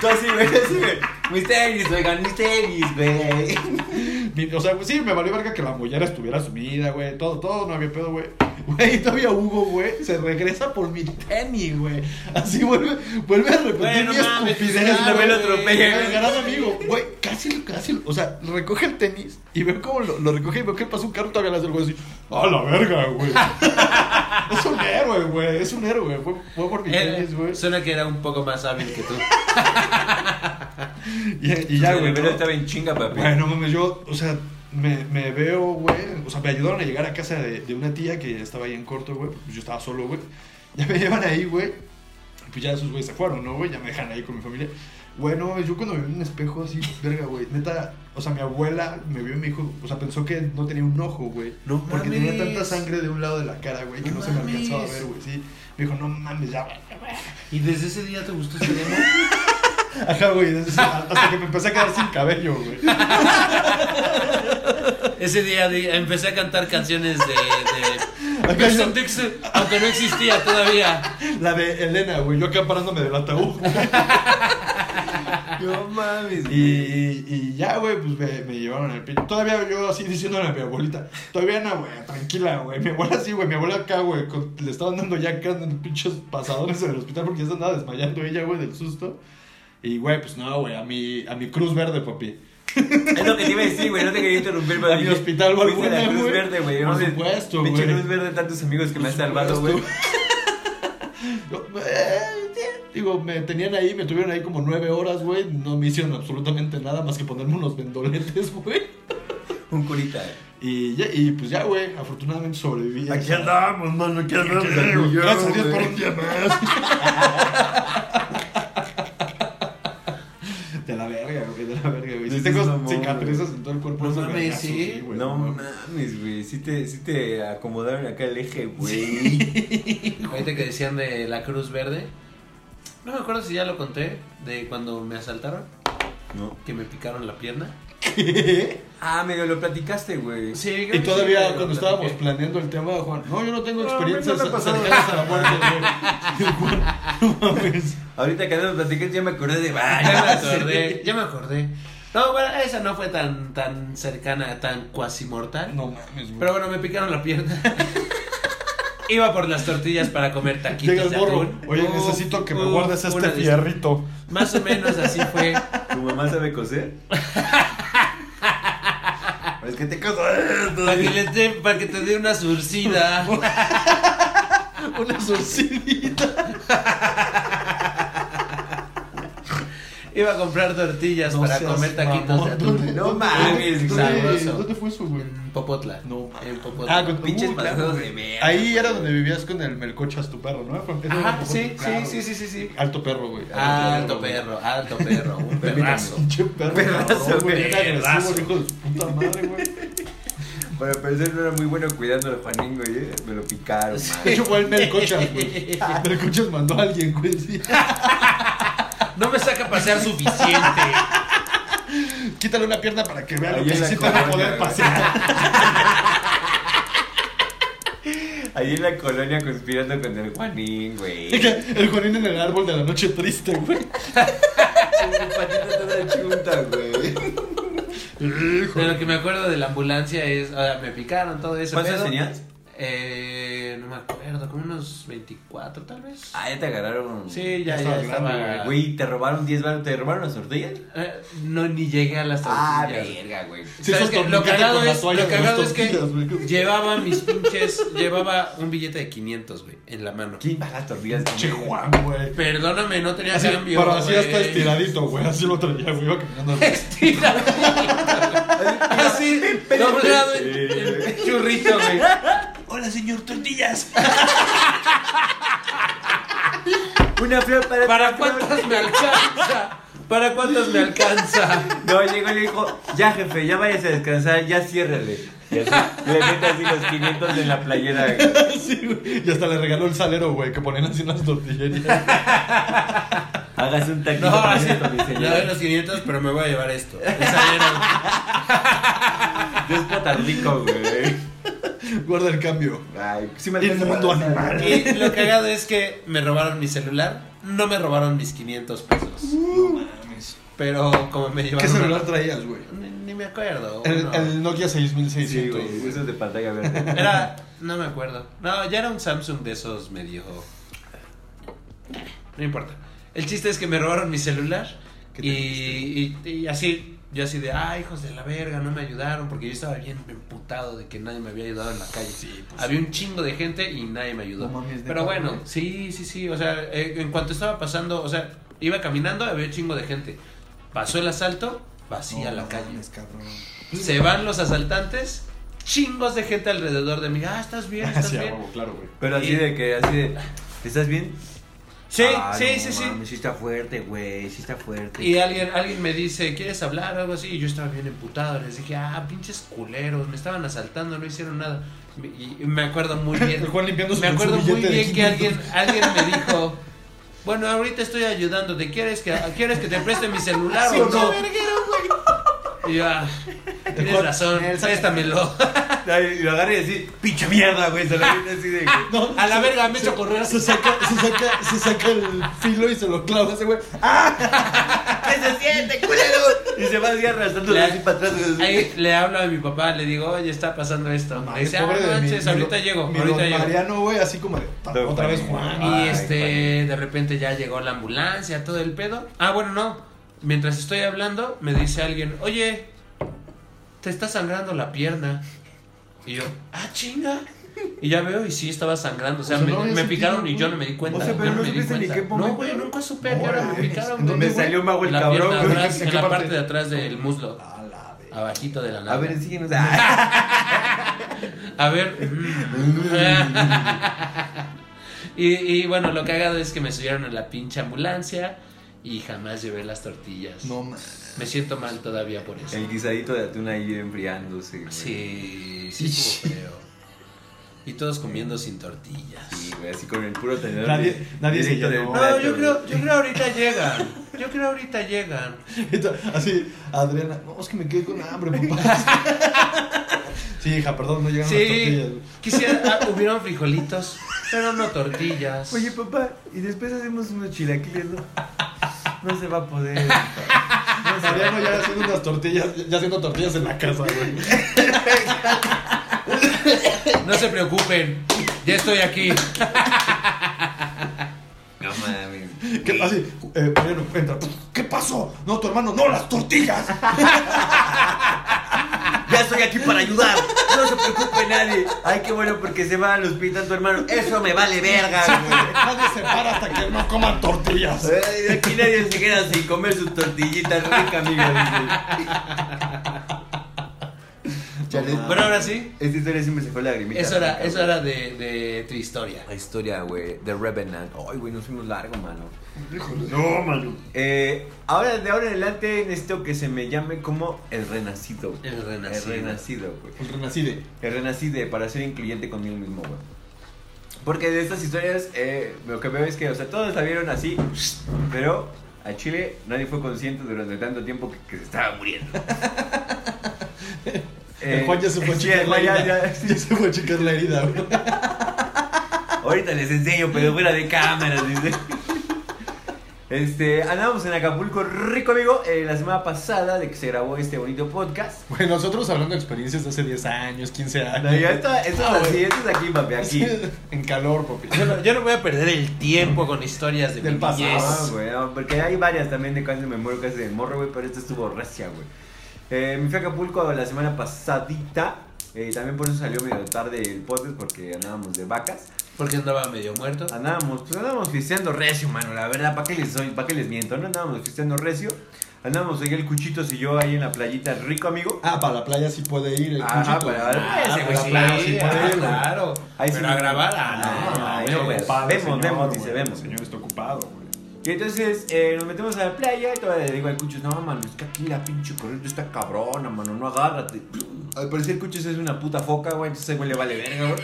[SPEAKER 1] Tú así, güey, así, güey. Mis tenis, oigan, mis tenis, güey.
[SPEAKER 3] Mi- O sea, güey, sí, me valió verga que la mollera estuviera sumida, güey. Todo, todo, no había pedo, güey. Güey, todavía Hugo, güey, se regresa por mi tenis, güey. Así vuelve, vuelve a repetir
[SPEAKER 2] Güey, no
[SPEAKER 3] mi
[SPEAKER 2] mames,
[SPEAKER 3] estupidez.
[SPEAKER 2] claro,
[SPEAKER 3] güey.
[SPEAKER 2] me lo atropella,
[SPEAKER 3] Güey,
[SPEAKER 2] güey.
[SPEAKER 3] Gran amigo, güey, casi, lo- casi. lo- O sea, recoge el tenis y veo cómo lo, lo recoge y veo que pasa un carro todavía le hace el güey así. ¡A la verga, güey! es un héroe, güey. Es un héroe. Fue, fue por mi
[SPEAKER 2] Eh,
[SPEAKER 3] tenis, güey.
[SPEAKER 2] Suena que era un poco más hábil que tú.
[SPEAKER 3] Y, y ya, güey.
[SPEAKER 1] Pero
[SPEAKER 3] ¿no?
[SPEAKER 1] estaba en chinga, papi.
[SPEAKER 3] Güey, no mames, yo, o sea, me, me veo, güey. O sea, me ayudaron a llegar a casa de, de una tía que estaba ahí en corto, güey. Pues yo estaba solo, güey. Ya me llevan ahí, güey. Pues ya esos güeyes se fueron, ¿no, güey? Ya me dejan ahí con mi familia. Bueno, yo cuando me vi en un espejo así, verga, güey. Neta, o sea, mi abuela me vio y me dijo, o sea, pensó que no tenía un ojo, güey.
[SPEAKER 2] No
[SPEAKER 3] Porque
[SPEAKER 2] mames.
[SPEAKER 3] tenía tanta sangre de un lado de la cara, güey, que
[SPEAKER 2] No
[SPEAKER 3] no, se me
[SPEAKER 2] mames.
[SPEAKER 3] alcanzaba a ver, güey. Sí. Me dijo, no mames, ya, güey.
[SPEAKER 2] ¿Y desde ese día te gustó ese demo?
[SPEAKER 3] Ajá, güey. entonces, Hasta que me empecé a quedar sin cabello, güey.
[SPEAKER 2] Ese día di- empecé a cantar canciones de. de...
[SPEAKER 3] Acá
[SPEAKER 2] Winston
[SPEAKER 3] yo-
[SPEAKER 2] Dixon, aunque no existía todavía.
[SPEAKER 3] La de Elena, güey, yo acá parándome del ataúd.
[SPEAKER 1] No mames,
[SPEAKER 3] Y, y ya, güey, pues me, me llevaron al pinche. Todavía yo así diciéndole a mi abuelita, todavía no, güey, tranquila, güey. Mi abuela sí, güey, mi abuela acá, güey, con- le estaban dando ya acá en pinches pasadores en el hospital porque ya se andaba desmayando ella, güey, del susto. Y, güey, pues no, güey, a mi, a mi Cruz Verde, papi.
[SPEAKER 1] Es lo que te iba a decir, güey. No te quería interrumpir, pero.
[SPEAKER 3] A mi
[SPEAKER 1] dije,
[SPEAKER 3] hospital
[SPEAKER 1] fuiste a la
[SPEAKER 3] Valbuena,
[SPEAKER 1] Cruz
[SPEAKER 3] güey.
[SPEAKER 1] Verde, güey.
[SPEAKER 3] Por
[SPEAKER 1] no sé,
[SPEAKER 3] supuesto,
[SPEAKER 1] Pinche
[SPEAKER 3] güey.
[SPEAKER 1] Cruz Verde, tantos amigos que me has salvado, güey.
[SPEAKER 3] Yo, eh, Digo, me tenían ahí, me tuvieron ahí como nueve horas, güey. No me hicieron absolutamente nada más que ponerme unos vendoletes, güey.
[SPEAKER 1] Un curita. eh.
[SPEAKER 3] Y, ya- y pues ya, güey, afortunadamente sobreviví.
[SPEAKER 5] Aquí andamos, mano, aquí andamos.
[SPEAKER 3] andamos.
[SPEAKER 5] Yo,
[SPEAKER 3] Gracias a Dios por
[SPEAKER 5] güey.
[SPEAKER 3] un día más. De la verga, güey, de la verga, güey. Si
[SPEAKER 1] Dices,
[SPEAKER 3] tengo
[SPEAKER 1] no mames.
[SPEAKER 3] cicatrices en todo el cuerpo.
[SPEAKER 2] No
[SPEAKER 3] es un
[SPEAKER 2] mames,
[SPEAKER 3] vergazo,
[SPEAKER 2] sí.
[SPEAKER 3] güey,
[SPEAKER 1] No mames, güey. Sí te, sí te acomodaron acá el eje, güey.
[SPEAKER 2] Ahorita que decían de la Cruz Verde. No me acuerdo si ya lo conté, de cuando me asaltaron,
[SPEAKER 1] No.
[SPEAKER 2] que me picaron la pierna.
[SPEAKER 3] ¿Qué?
[SPEAKER 1] Ah, medio lo platicaste, güey.
[SPEAKER 2] Sí,
[SPEAKER 3] Y todavía cuando estábamos planeando el tema, Juan, no, yo no tengo
[SPEAKER 1] No, a mí
[SPEAKER 3] experiencias
[SPEAKER 1] no me ha pasado.
[SPEAKER 3] cercanas a la muerte, güey. Juan, no mames.
[SPEAKER 1] Ahorita que no lo platiqué, ya me acordé de.
[SPEAKER 2] Ah, ya me
[SPEAKER 1] varias.
[SPEAKER 2] acordé, ya me acordé. No, bueno, esa no fue tan, tan cercana, tan cuasi mortal.
[SPEAKER 3] No mames, güey.
[SPEAKER 2] Pero bueno, me picaron la pierna. Iba por las tortillas para comer
[SPEAKER 3] Llega
[SPEAKER 2] taquitos
[SPEAKER 3] el
[SPEAKER 2] de
[SPEAKER 3] morro.
[SPEAKER 2] atún.
[SPEAKER 3] Oye,
[SPEAKER 2] Uf,
[SPEAKER 3] necesito que me
[SPEAKER 2] uf,
[SPEAKER 3] guardes este
[SPEAKER 2] una de-
[SPEAKER 3] fierrito.
[SPEAKER 2] Más o menos así fue.
[SPEAKER 1] ¿Tu mamá sabe coser? es que te coso. eh,
[SPEAKER 2] Para que, le dé- para que te dé una surcida.
[SPEAKER 3] Una sorcidita.
[SPEAKER 2] Iba a comprar tortillas para comer taquitos de atún.
[SPEAKER 1] No mames,
[SPEAKER 3] ¿dónde,
[SPEAKER 2] sabroso.
[SPEAKER 3] ¿Dónde fue eso, güey?
[SPEAKER 2] En Popotla.
[SPEAKER 3] No,
[SPEAKER 2] en Popotla.
[SPEAKER 3] Ah, con
[SPEAKER 1] Pinches
[SPEAKER 3] Uy, claro,
[SPEAKER 1] pasados de
[SPEAKER 3] güey.
[SPEAKER 1] mierda.
[SPEAKER 3] Ahí era donde vivías con el Melcochas, tu perro, ¿no? Fue-
[SPEAKER 2] Ajá,
[SPEAKER 3] fue-
[SPEAKER 2] Ah, sí,
[SPEAKER 3] claro,
[SPEAKER 2] sí, sí, sí, sí, sí. Ah,
[SPEAKER 3] güey. Alto perro, güey.
[SPEAKER 2] Alto perro, alto perro, un
[SPEAKER 3] Permítame.
[SPEAKER 2] perrazo.
[SPEAKER 3] Pinche perro.
[SPEAKER 1] Perrazo,
[SPEAKER 3] cabrón, güey. Era
[SPEAKER 2] perrazo.
[SPEAKER 3] agresivo, hijo de su puta madre, güey.
[SPEAKER 1] Para parecer no era muy bueno cuidando al Juanín, güey. ¿eh? Me lo picaron,
[SPEAKER 3] De
[SPEAKER 1] madre.
[SPEAKER 3] hecho, fue el Melcochas, güey. Melcochas mandó a alguien, güey. sí.
[SPEAKER 2] No me saca a pasear suficiente.
[SPEAKER 3] Quítale una pierna para que vea lo
[SPEAKER 1] Ahí
[SPEAKER 3] que
[SPEAKER 1] en la
[SPEAKER 3] necesita para
[SPEAKER 1] colonia,
[SPEAKER 3] poder
[SPEAKER 1] güey.
[SPEAKER 3] pasear.
[SPEAKER 1] Ahí en la colonia conspirando con el Juanín, güey.
[SPEAKER 3] El Juanín en el árbol de la noche triste, güey.
[SPEAKER 1] Su patita toda chunta, güey.
[SPEAKER 3] Hijo.
[SPEAKER 2] De lo que me acuerdo de la ambulancia es. ah, me picaron todo eso.
[SPEAKER 1] ¿Cuántos tenías?
[SPEAKER 2] Eh, no me acuerdo, como unos 24 tal vez.
[SPEAKER 1] Ah, ya te agarraron.
[SPEAKER 2] Sí, ya,
[SPEAKER 3] Ya
[SPEAKER 2] ya
[SPEAKER 3] estaba
[SPEAKER 2] estaba.
[SPEAKER 3] grande,
[SPEAKER 1] Güey, te robaron 10 baros. ¿Te robaron las tortillas?
[SPEAKER 2] Eh, no, ni llegué a las
[SPEAKER 1] Ah,
[SPEAKER 2] tortillas.
[SPEAKER 1] verga, güey.
[SPEAKER 3] Sí,
[SPEAKER 2] ¿Sabes
[SPEAKER 3] esos
[SPEAKER 2] qué? Lo
[SPEAKER 3] torniquetes
[SPEAKER 2] cagado
[SPEAKER 3] con la
[SPEAKER 2] es,
[SPEAKER 3] toalla
[SPEAKER 2] lo
[SPEAKER 3] de las
[SPEAKER 2] cagado es que
[SPEAKER 3] tortillas, güey.
[SPEAKER 2] llevaba mis pinches, llevaba un billete de 500, güey, en la mano.
[SPEAKER 1] ¿Quién paga Ah, las tortillas?
[SPEAKER 3] Che, Juan, güey.
[SPEAKER 2] Perdóname, no tenía
[SPEAKER 3] Así,
[SPEAKER 2] cambio.
[SPEAKER 3] pero así
[SPEAKER 2] güey.
[SPEAKER 3] hasta estiradito, güey. Así lo traía, güey. Iba caminando.
[SPEAKER 2] Estiradito. Así, doblado en-
[SPEAKER 1] Sí.
[SPEAKER 2] en churrito, güey.
[SPEAKER 1] Hola, señor Tortillas. Una flor para...
[SPEAKER 2] ¿Para cuántas me alcanza? ¿Para cuántas me alcanza?
[SPEAKER 1] No, llegó y le dijo, ya jefe, ya váyase a descansar, ya ciérrale. Y así, le mete así los 500 en la playera. güey.
[SPEAKER 3] Sí, güey. Y hasta le regaló el salero, güey, que ponen así unas tortillerías.
[SPEAKER 1] Hágase un taquito
[SPEAKER 2] No,
[SPEAKER 1] con
[SPEAKER 2] así,
[SPEAKER 1] esto, mi
[SPEAKER 2] le doy
[SPEAKER 1] señor.
[SPEAKER 2] los 500, pero me voy a llevar esto. El salero.
[SPEAKER 1] Yo es potarrico, güey.
[SPEAKER 3] Guarda el cambio.
[SPEAKER 1] Ay, sí me alcanza
[SPEAKER 3] Inmundo
[SPEAKER 1] para-
[SPEAKER 3] animal.
[SPEAKER 2] Y lo cagado es que me robaron mi celular, no me robaron mis 500 pesos. Pero como me llevaron...
[SPEAKER 3] ¿Qué celular traías, güey?
[SPEAKER 2] Ni, ni me acuerdo.
[SPEAKER 3] El,
[SPEAKER 2] uno.
[SPEAKER 3] el Nokia
[SPEAKER 1] Sí,
[SPEAKER 3] 6600.
[SPEAKER 1] güey,
[SPEAKER 3] güey.
[SPEAKER 1] esos de pantalla verde.
[SPEAKER 2] Era... No me acuerdo. No, ya era un Samsung de esos medio... No importa. El chiste es que me robaron mi celular
[SPEAKER 3] ¿Qué te
[SPEAKER 2] y, y- y así... Yo así de, ah, hijos de la verga, no me ayudaron porque yo estaba bien emputado de que nadie me había ayudado en la calle. Había un chingo de gente y nadie me ayudó.
[SPEAKER 3] pues No mames, neta,
[SPEAKER 2] Pero bueno,
[SPEAKER 3] güey.
[SPEAKER 2] sí, sí, sí. O sea, eh, en cuanto estaba pasando, o sea, iba caminando, había un chingo de gente. Pasó el asalto, vacía la calle. Se van los asaltantes, chingos de gente alrededor de mí. Ah, estás bien, estás
[SPEAKER 3] Sí, a
[SPEAKER 2] bien.
[SPEAKER 3] huevo, claro, güey.
[SPEAKER 1] Pero así de que, así de, ¿estás bien?
[SPEAKER 2] Sí,
[SPEAKER 1] Ah,
[SPEAKER 2] sí,
[SPEAKER 1] no,
[SPEAKER 2] sí, sí.
[SPEAKER 1] mames, sí está fuerte, güey, sí está fuerte.
[SPEAKER 2] Y alguien, alguien me dice, ¿quieres hablar? Algo así. Y yo estaba bien emputado. Les dije, ah, pinches culeros, me estaban asaltando, no hicieron nada. Y y me acuerdo muy bien.
[SPEAKER 3] El Juan limpiándose
[SPEAKER 2] Me
[SPEAKER 3] con su
[SPEAKER 2] acuerdo muy
[SPEAKER 3] billete de
[SPEAKER 2] bien que
[SPEAKER 3] 500.
[SPEAKER 2] alguien, alguien me dijo, bueno, ahorita estoy ayudándote, ¿quieres que, ¿quieres que te preste mi celular o Ah, no? Y yo, ah, tienes razón, préstamelo.
[SPEAKER 1] Ay, y lo agarra y así, pinche mierda, güey. Se lo viene así de que.
[SPEAKER 3] No,
[SPEAKER 2] A la
[SPEAKER 3] se-
[SPEAKER 2] verga, me he
[SPEAKER 3] se-
[SPEAKER 2] hecho correr.
[SPEAKER 3] Se saca, se, saca, se saca el filo y se lo clava a ese güey.
[SPEAKER 1] ¿Qué se siente, culero? Y se va así arrastrando
[SPEAKER 2] Le-
[SPEAKER 1] así para atrás. güey.
[SPEAKER 2] Ahí le hablo a mi papá, le digo, oye, está pasando esto. Me dice, ah,
[SPEAKER 3] Pobre
[SPEAKER 2] no
[SPEAKER 3] de mi-
[SPEAKER 2] manches,
[SPEAKER 3] mi
[SPEAKER 2] ahorita
[SPEAKER 3] don-
[SPEAKER 2] llego,
[SPEAKER 3] mi
[SPEAKER 2] ahorita
[SPEAKER 3] don
[SPEAKER 2] llego.
[SPEAKER 3] Mariano, güey, así como de. "Ta-
[SPEAKER 1] Don
[SPEAKER 3] Otra vez
[SPEAKER 1] Mariano.
[SPEAKER 3] Juan.
[SPEAKER 2] Y
[SPEAKER 1] Ay,
[SPEAKER 2] este, de repente ya llegó la ambulancia, todo el pedo. Ah, bueno, no. Mientras estoy hablando, me dice alguien, oye, te está sangrando la pierna. Y yo, ah, chinga. Y ya veo, y sí, estaba sangrando. O sea,
[SPEAKER 3] O sea,
[SPEAKER 2] me,
[SPEAKER 3] no había
[SPEAKER 2] me
[SPEAKER 3] sentido,
[SPEAKER 2] picaron y yo
[SPEAKER 3] güey.
[SPEAKER 2] no me di cuenta.
[SPEAKER 1] O sea, pero
[SPEAKER 2] yo no
[SPEAKER 1] no
[SPEAKER 2] me di
[SPEAKER 1] supiste ni
[SPEAKER 2] cuenta.
[SPEAKER 1] qué
[SPEAKER 2] no,
[SPEAKER 1] momento.
[SPEAKER 2] güey, nunca supe que ahora
[SPEAKER 3] Órale.
[SPEAKER 2] me picaron.
[SPEAKER 3] ¿En dónde,
[SPEAKER 1] Me
[SPEAKER 2] güey.
[SPEAKER 1] salió mago el
[SPEAKER 2] En la
[SPEAKER 1] cabrón,
[SPEAKER 2] pierna
[SPEAKER 1] güey.
[SPEAKER 2] atrás,
[SPEAKER 3] ¿En
[SPEAKER 2] en
[SPEAKER 3] qué
[SPEAKER 2] la parte?
[SPEAKER 3] parte?
[SPEAKER 2] de atrás del muslo.
[SPEAKER 3] A la verga.
[SPEAKER 2] Abajito de la nalga.
[SPEAKER 1] A ver, síguenos. Ah,
[SPEAKER 2] A ver. mm. y, y bueno, lo cagado es que me subieron a la pinche ambulancia y jamás llevé las tortillas.
[SPEAKER 3] No mames.
[SPEAKER 2] Me siento mal todavía por eso.
[SPEAKER 1] el guisadito de atún ahí enfriándose, güey.
[SPEAKER 2] Sí, sí, estuvo feo. Y todos comiendo sin tortillas.
[SPEAKER 1] Sí, güey, así con el puro tenedor.
[SPEAKER 3] Nadie-
[SPEAKER 1] de-
[SPEAKER 3] nadie se
[SPEAKER 1] directo
[SPEAKER 3] llenó.
[SPEAKER 1] del plato,
[SPEAKER 2] No, yo
[SPEAKER 1] güey.
[SPEAKER 2] creo, yo creo ahorita llegan. Yo creo ahorita llegan.
[SPEAKER 3] Entonces, Así, Adriana, no, es que me quedé con hambre, papá. Sí, hija, perdón, no llegaron las tortillas.
[SPEAKER 2] Sí,
[SPEAKER 3] güey.
[SPEAKER 2] quisiera, ah, hubieron frijolitos, pero no tortillas.
[SPEAKER 1] Oye, papá, y después hacemos unos chilaquiles, ¿no? No se va a poder.
[SPEAKER 3] Mariano ya haciendo unas tortillas, ya haciendo tortillas en la casa, güey.
[SPEAKER 2] No se preocupen, ya estoy aquí.
[SPEAKER 1] No mames.
[SPEAKER 3] ¿Qué, así, eh, Mariano, entra. ¿Qué pasó? No, tu hermano, no, las tortillas.
[SPEAKER 1] Ya estoy aquí para ayudar. No se preocupe nadie. Ay, qué bueno porque se va al hospital tu hermano. Eso me vale verga, güey.
[SPEAKER 3] Nadie se para hasta que no coman tortillas.
[SPEAKER 1] Ay, Aquí nadie se queda sin comer su tortillita rica, amigo. dice. Chale.
[SPEAKER 2] Pero ahora sí,
[SPEAKER 1] Esta historia siempre se fue lagrimita.
[SPEAKER 2] Es hora,
[SPEAKER 1] rica,
[SPEAKER 2] es
[SPEAKER 1] güey.
[SPEAKER 2] hora de, de tu historia.
[SPEAKER 1] La historia, güey, de Revenant. Ay, güey, nos fuimos largo, mano.
[SPEAKER 5] No, mano.
[SPEAKER 1] Eh, ahora, de ahora en adelante, necesito que se me llame como el renacido. güey.
[SPEAKER 2] El renacido.
[SPEAKER 1] El renacido, güey.
[SPEAKER 3] El renacide.
[SPEAKER 1] El renacide, para ser incluyente conmigo mismo, güey. Porque de estas historias, eh, lo que veo es que, o sea, todos la vieron así, pero a Chile nadie fue consciente durante tanto tiempo que, que se estaba muriendo. Eh,
[SPEAKER 3] El Juan ya se fue a
[SPEAKER 1] sí,
[SPEAKER 3] checar
[SPEAKER 1] el
[SPEAKER 3] la
[SPEAKER 1] Juan ya-
[SPEAKER 3] herida.
[SPEAKER 1] ya-
[SPEAKER 3] Ya se fue a checar la herida, güey.
[SPEAKER 1] Ahorita les enseño, pero fuera de cámaras, dice. Este, andábamos en Acapulco rico, amigo, eh, la semana pasada de que se grabó este bonito podcast.
[SPEAKER 3] Güey, nosotros hablando de experiencias de hace 10 años, 15
[SPEAKER 1] No,
[SPEAKER 3] años.
[SPEAKER 1] ya esto, esto
[SPEAKER 3] Ah,
[SPEAKER 1] es así,
[SPEAKER 3] güey.
[SPEAKER 1] esto es aquí, papi, aquí.
[SPEAKER 3] En calor, papi.
[SPEAKER 2] Yo no, yo no voy a perder el tiempo con historias de
[SPEAKER 3] Del
[SPEAKER 2] mi
[SPEAKER 3] pasado.
[SPEAKER 2] niñez.
[SPEAKER 1] Ah, güey, no, porque hay varias también de casi me muero, casi de morro, güey, pero esta estuvo recia, güey. Eh, me fui a Acapulco la semana pasadita. eh, también por eso salió medio tarde el podcast, porque andábamos de vacas.
[SPEAKER 2] Porque andaba medio muerto.
[SPEAKER 1] Andábamos, pues andábamos fisteando recio, mano, la verdad, ¿para qué les soy, para qué les miento? No andábamos fisteando recio. Andábamos ahí el Cuchitos y yo ahí en la playita, rico amigo.
[SPEAKER 3] Ah, para la playa sí puede ir el
[SPEAKER 1] Ajá,
[SPEAKER 3] cuchito.
[SPEAKER 1] para la-
[SPEAKER 2] Ah,
[SPEAKER 1] ese güey
[SPEAKER 2] pues
[SPEAKER 1] sí,
[SPEAKER 2] claro, sí
[SPEAKER 1] ah,
[SPEAKER 2] puede ir,
[SPEAKER 1] claro.
[SPEAKER 2] claro.
[SPEAKER 1] Ahí sí
[SPEAKER 2] Pero
[SPEAKER 1] me-
[SPEAKER 2] a grabar, ah,
[SPEAKER 1] Ah,
[SPEAKER 2] no,
[SPEAKER 1] ahí
[SPEAKER 2] güey.
[SPEAKER 1] no, güey.
[SPEAKER 3] Padre,
[SPEAKER 1] Vemos, vemos, dice,
[SPEAKER 3] güey.
[SPEAKER 1] vemos.
[SPEAKER 3] El señor está ocupado, güey.
[SPEAKER 1] Y entonces eh, nos metemos a la playa y todavía le digo al Cuchus, no, mano, es que aquí la pinche corriente está cabrona, mano, no agárrate. Al parecer Cuchus es una puta foca, güey, entonces ese güey le vale verga, güey.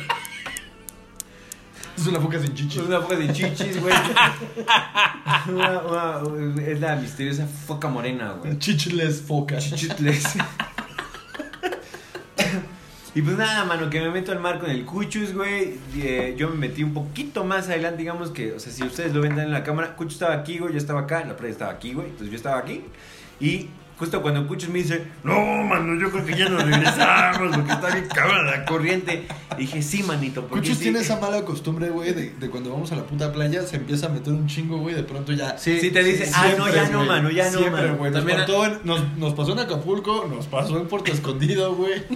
[SPEAKER 3] Es una foca sin
[SPEAKER 1] Es
[SPEAKER 3] chichis.
[SPEAKER 1] una foca de chichis, güey. Una- una- es la misteriosa foca morena, güey.
[SPEAKER 3] Chichles foca.
[SPEAKER 1] Chichitles. Y pues nada, mano, que me meto al mar con el Cuchus, güey. Y, eh, yo me metí un poquito más adelante, digamos que, o sea, si ustedes lo ven en la cámara, Cuchus estaba aquí, güey, yo estaba acá, la playa estaba aquí, güey. Entonces yo estaba aquí. Y justo cuando Cuchus me dice,
[SPEAKER 5] No, mano, yo creo que ya nos regresamos porque está bien cabrón la
[SPEAKER 1] la corriente, dije, sí, manito, porque.
[SPEAKER 3] Cuchus
[SPEAKER 1] sí". eh.
[SPEAKER 3] tiene esa mala costumbre, güey, de, de cuando vamos a la puta playa se empieza a meter un chingo, güey, de pronto ya.
[SPEAKER 1] Sí, te dice, ah, no, ya
[SPEAKER 3] Siempre,
[SPEAKER 1] no,
[SPEAKER 3] güey.
[SPEAKER 1] mano, ya no,
[SPEAKER 3] Siempre,
[SPEAKER 1] mano.
[SPEAKER 3] güey. Nos,
[SPEAKER 2] También-
[SPEAKER 3] contó en- nos, nos pasó en Acapulco, nos pasó en Puerto Escondido, güey.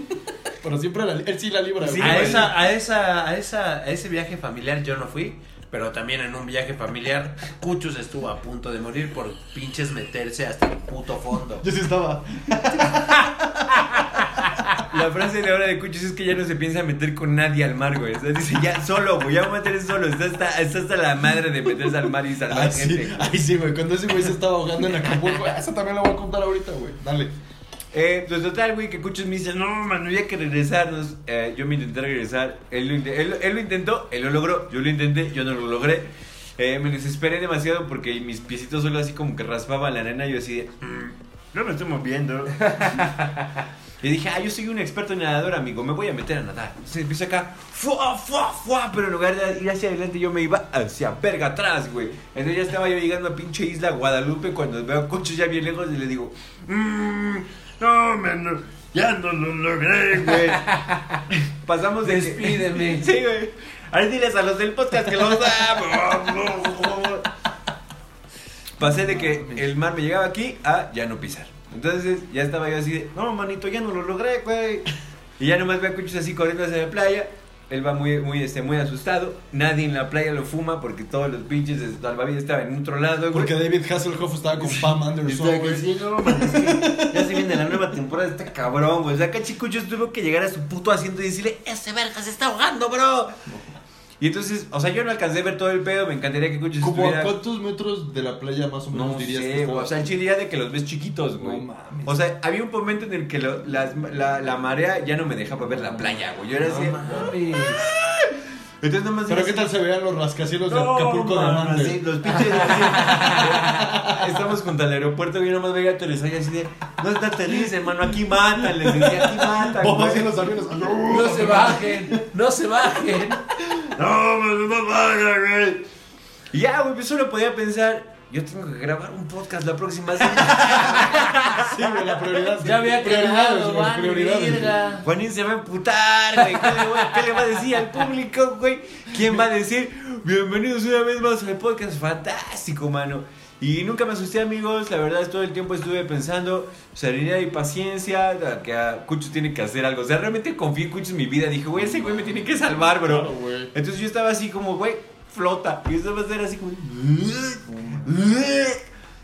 [SPEAKER 3] Pero siempre la, li- él sí la libra,
[SPEAKER 1] Sí,
[SPEAKER 3] güey.
[SPEAKER 2] a,
[SPEAKER 1] güey.
[SPEAKER 2] esa, a, esa, a, esa, a ese viaje familiar yo no fui, pero también en un viaje familiar Cuchus estuvo a punto de morir por pinches meterse hasta el puto fondo.
[SPEAKER 3] Yo sí estaba.
[SPEAKER 1] La frase de ahora de Cuchus es que ya no se piensa meter con nadie al mar, güey. O sea, dice, ya solo, güey, ya me voy a meter solo. Está hasta, está hasta la madre de meterse al mar y salvar
[SPEAKER 3] Ay,
[SPEAKER 1] gente.
[SPEAKER 3] Ah,
[SPEAKER 1] güey.
[SPEAKER 3] sí, ay, sí, güey. Cuando ese güey se estaba ahogando en Acapulco, "Ah, esa también la voy a contar ahorita, güey. Dale.
[SPEAKER 1] Eh, pues total, güey, que Cuchus me dice, no, mano, ya hay que regresarnos. Eh, yo me intenté regresar. Él lo, inte- él- él lo intentó, él lo logró. Yo lo intenté, yo no lo logré. Eh, me desesperé demasiado porque mis piecitos solo así como que raspaban la arena. y Yo así de,
[SPEAKER 5] No me estoy moviendo.
[SPEAKER 1] Y dije, ah, yo soy un experto en nadador, amigo, me voy a meter a nadar. Entonces empiezo acá, fuá, fuá, fuá, pero en lugar de ir hacia adelante, yo me iba hacia verga atrás, güey. Entonces ya estaba yo llegando a pinche isla Guadalupe cuando veo coches ya bien lejos y le digo,
[SPEAKER 5] Mm, no, mano, ya no lo logré, güey.
[SPEAKER 1] pasamos de.
[SPEAKER 2] Despídeme.
[SPEAKER 1] sí, güey. Ahí diles a los del podcast que los amo. Pasé de que el mar me llegaba aquí a ya no pisar. Entonces ya estaba yo así de, no, manito, ya no lo logré, güey. Y ya nomás veo a Cuchus así corriendo hacia la playa. Él va muy, muy, este, muy asustado. Nadie en la playa lo fuma porque todos los pinches de salvavidas estaban en otro lado, güey.
[SPEAKER 3] Porque David Hasselhoff estaba con Pam Anderson, güey.
[SPEAKER 1] Sí, no, man, es que ya se viene la nueva temporada, está cabrón, güey. O sea, acá Chicuchos tuvo que llegar a su puto asiento y decirle, ese verga se está ahogando, bro. Y entonces, o sea, yo no alcancé a ver todo el pedo, me encantaría que Cuchos
[SPEAKER 3] ¿Cómo a
[SPEAKER 1] estuviera...
[SPEAKER 3] cuántos metros de la playa más o menos
[SPEAKER 1] No
[SPEAKER 3] dirías
[SPEAKER 1] sé,
[SPEAKER 3] que
[SPEAKER 1] güey.
[SPEAKER 3] estaba?
[SPEAKER 1] O sea, el chile ya de que los ves chiquitos, güey.
[SPEAKER 3] No mames.
[SPEAKER 1] O sea, había un momento en el que lo- las- la, la marea ya no me dejaba ver la playa, güey. Yo era así... Entonces nomás...
[SPEAKER 3] Pero
[SPEAKER 1] iba
[SPEAKER 3] qué
[SPEAKER 1] así-
[SPEAKER 3] tal se veían los rascacielos de
[SPEAKER 1] No,
[SPEAKER 3] Acapulco
[SPEAKER 1] man,
[SPEAKER 3] Diamante.
[SPEAKER 1] así, los pinches. así. Estamos junto al aeropuerto y yo nomás veía a Teresa y así de. No está feliz, hermano, aquí matan. Les decía, aquí matan.
[SPEAKER 3] Vos
[SPEAKER 1] güey".
[SPEAKER 3] así en los aviones.
[SPEAKER 2] No se bajen, no se bajen.
[SPEAKER 5] No, mano, no vaya, güey.
[SPEAKER 1] Y ya, güey, yo solo podía pensar. Yo tengo que grabar un podcast la próxima semana.
[SPEAKER 3] Sí, güey, la prioridad.
[SPEAKER 2] Ya había
[SPEAKER 3] prioridades,
[SPEAKER 2] quedado,
[SPEAKER 3] güey,
[SPEAKER 2] vale,
[SPEAKER 3] prioridades.
[SPEAKER 2] verga.
[SPEAKER 1] Juanín se va a emputar, güey. ¿Qué le, voy- qué le va a decir al público, güey? ¿Quién va a decir, bienvenidos una vez más al podcast? Fantástico, mano. Y nunca me asusté, amigos. La verdad, todo el tiempo estuve pensando serenidad y paciencia. Que a Cuchus tiene que hacer algo. O sea, realmente confié en Cuchus en mi vida. Dije, güey, ese güey me tiene que salvar, bro.
[SPEAKER 3] Claro, güey.
[SPEAKER 1] Entonces yo estaba así como, güey, flota. Y eso va a ser así como.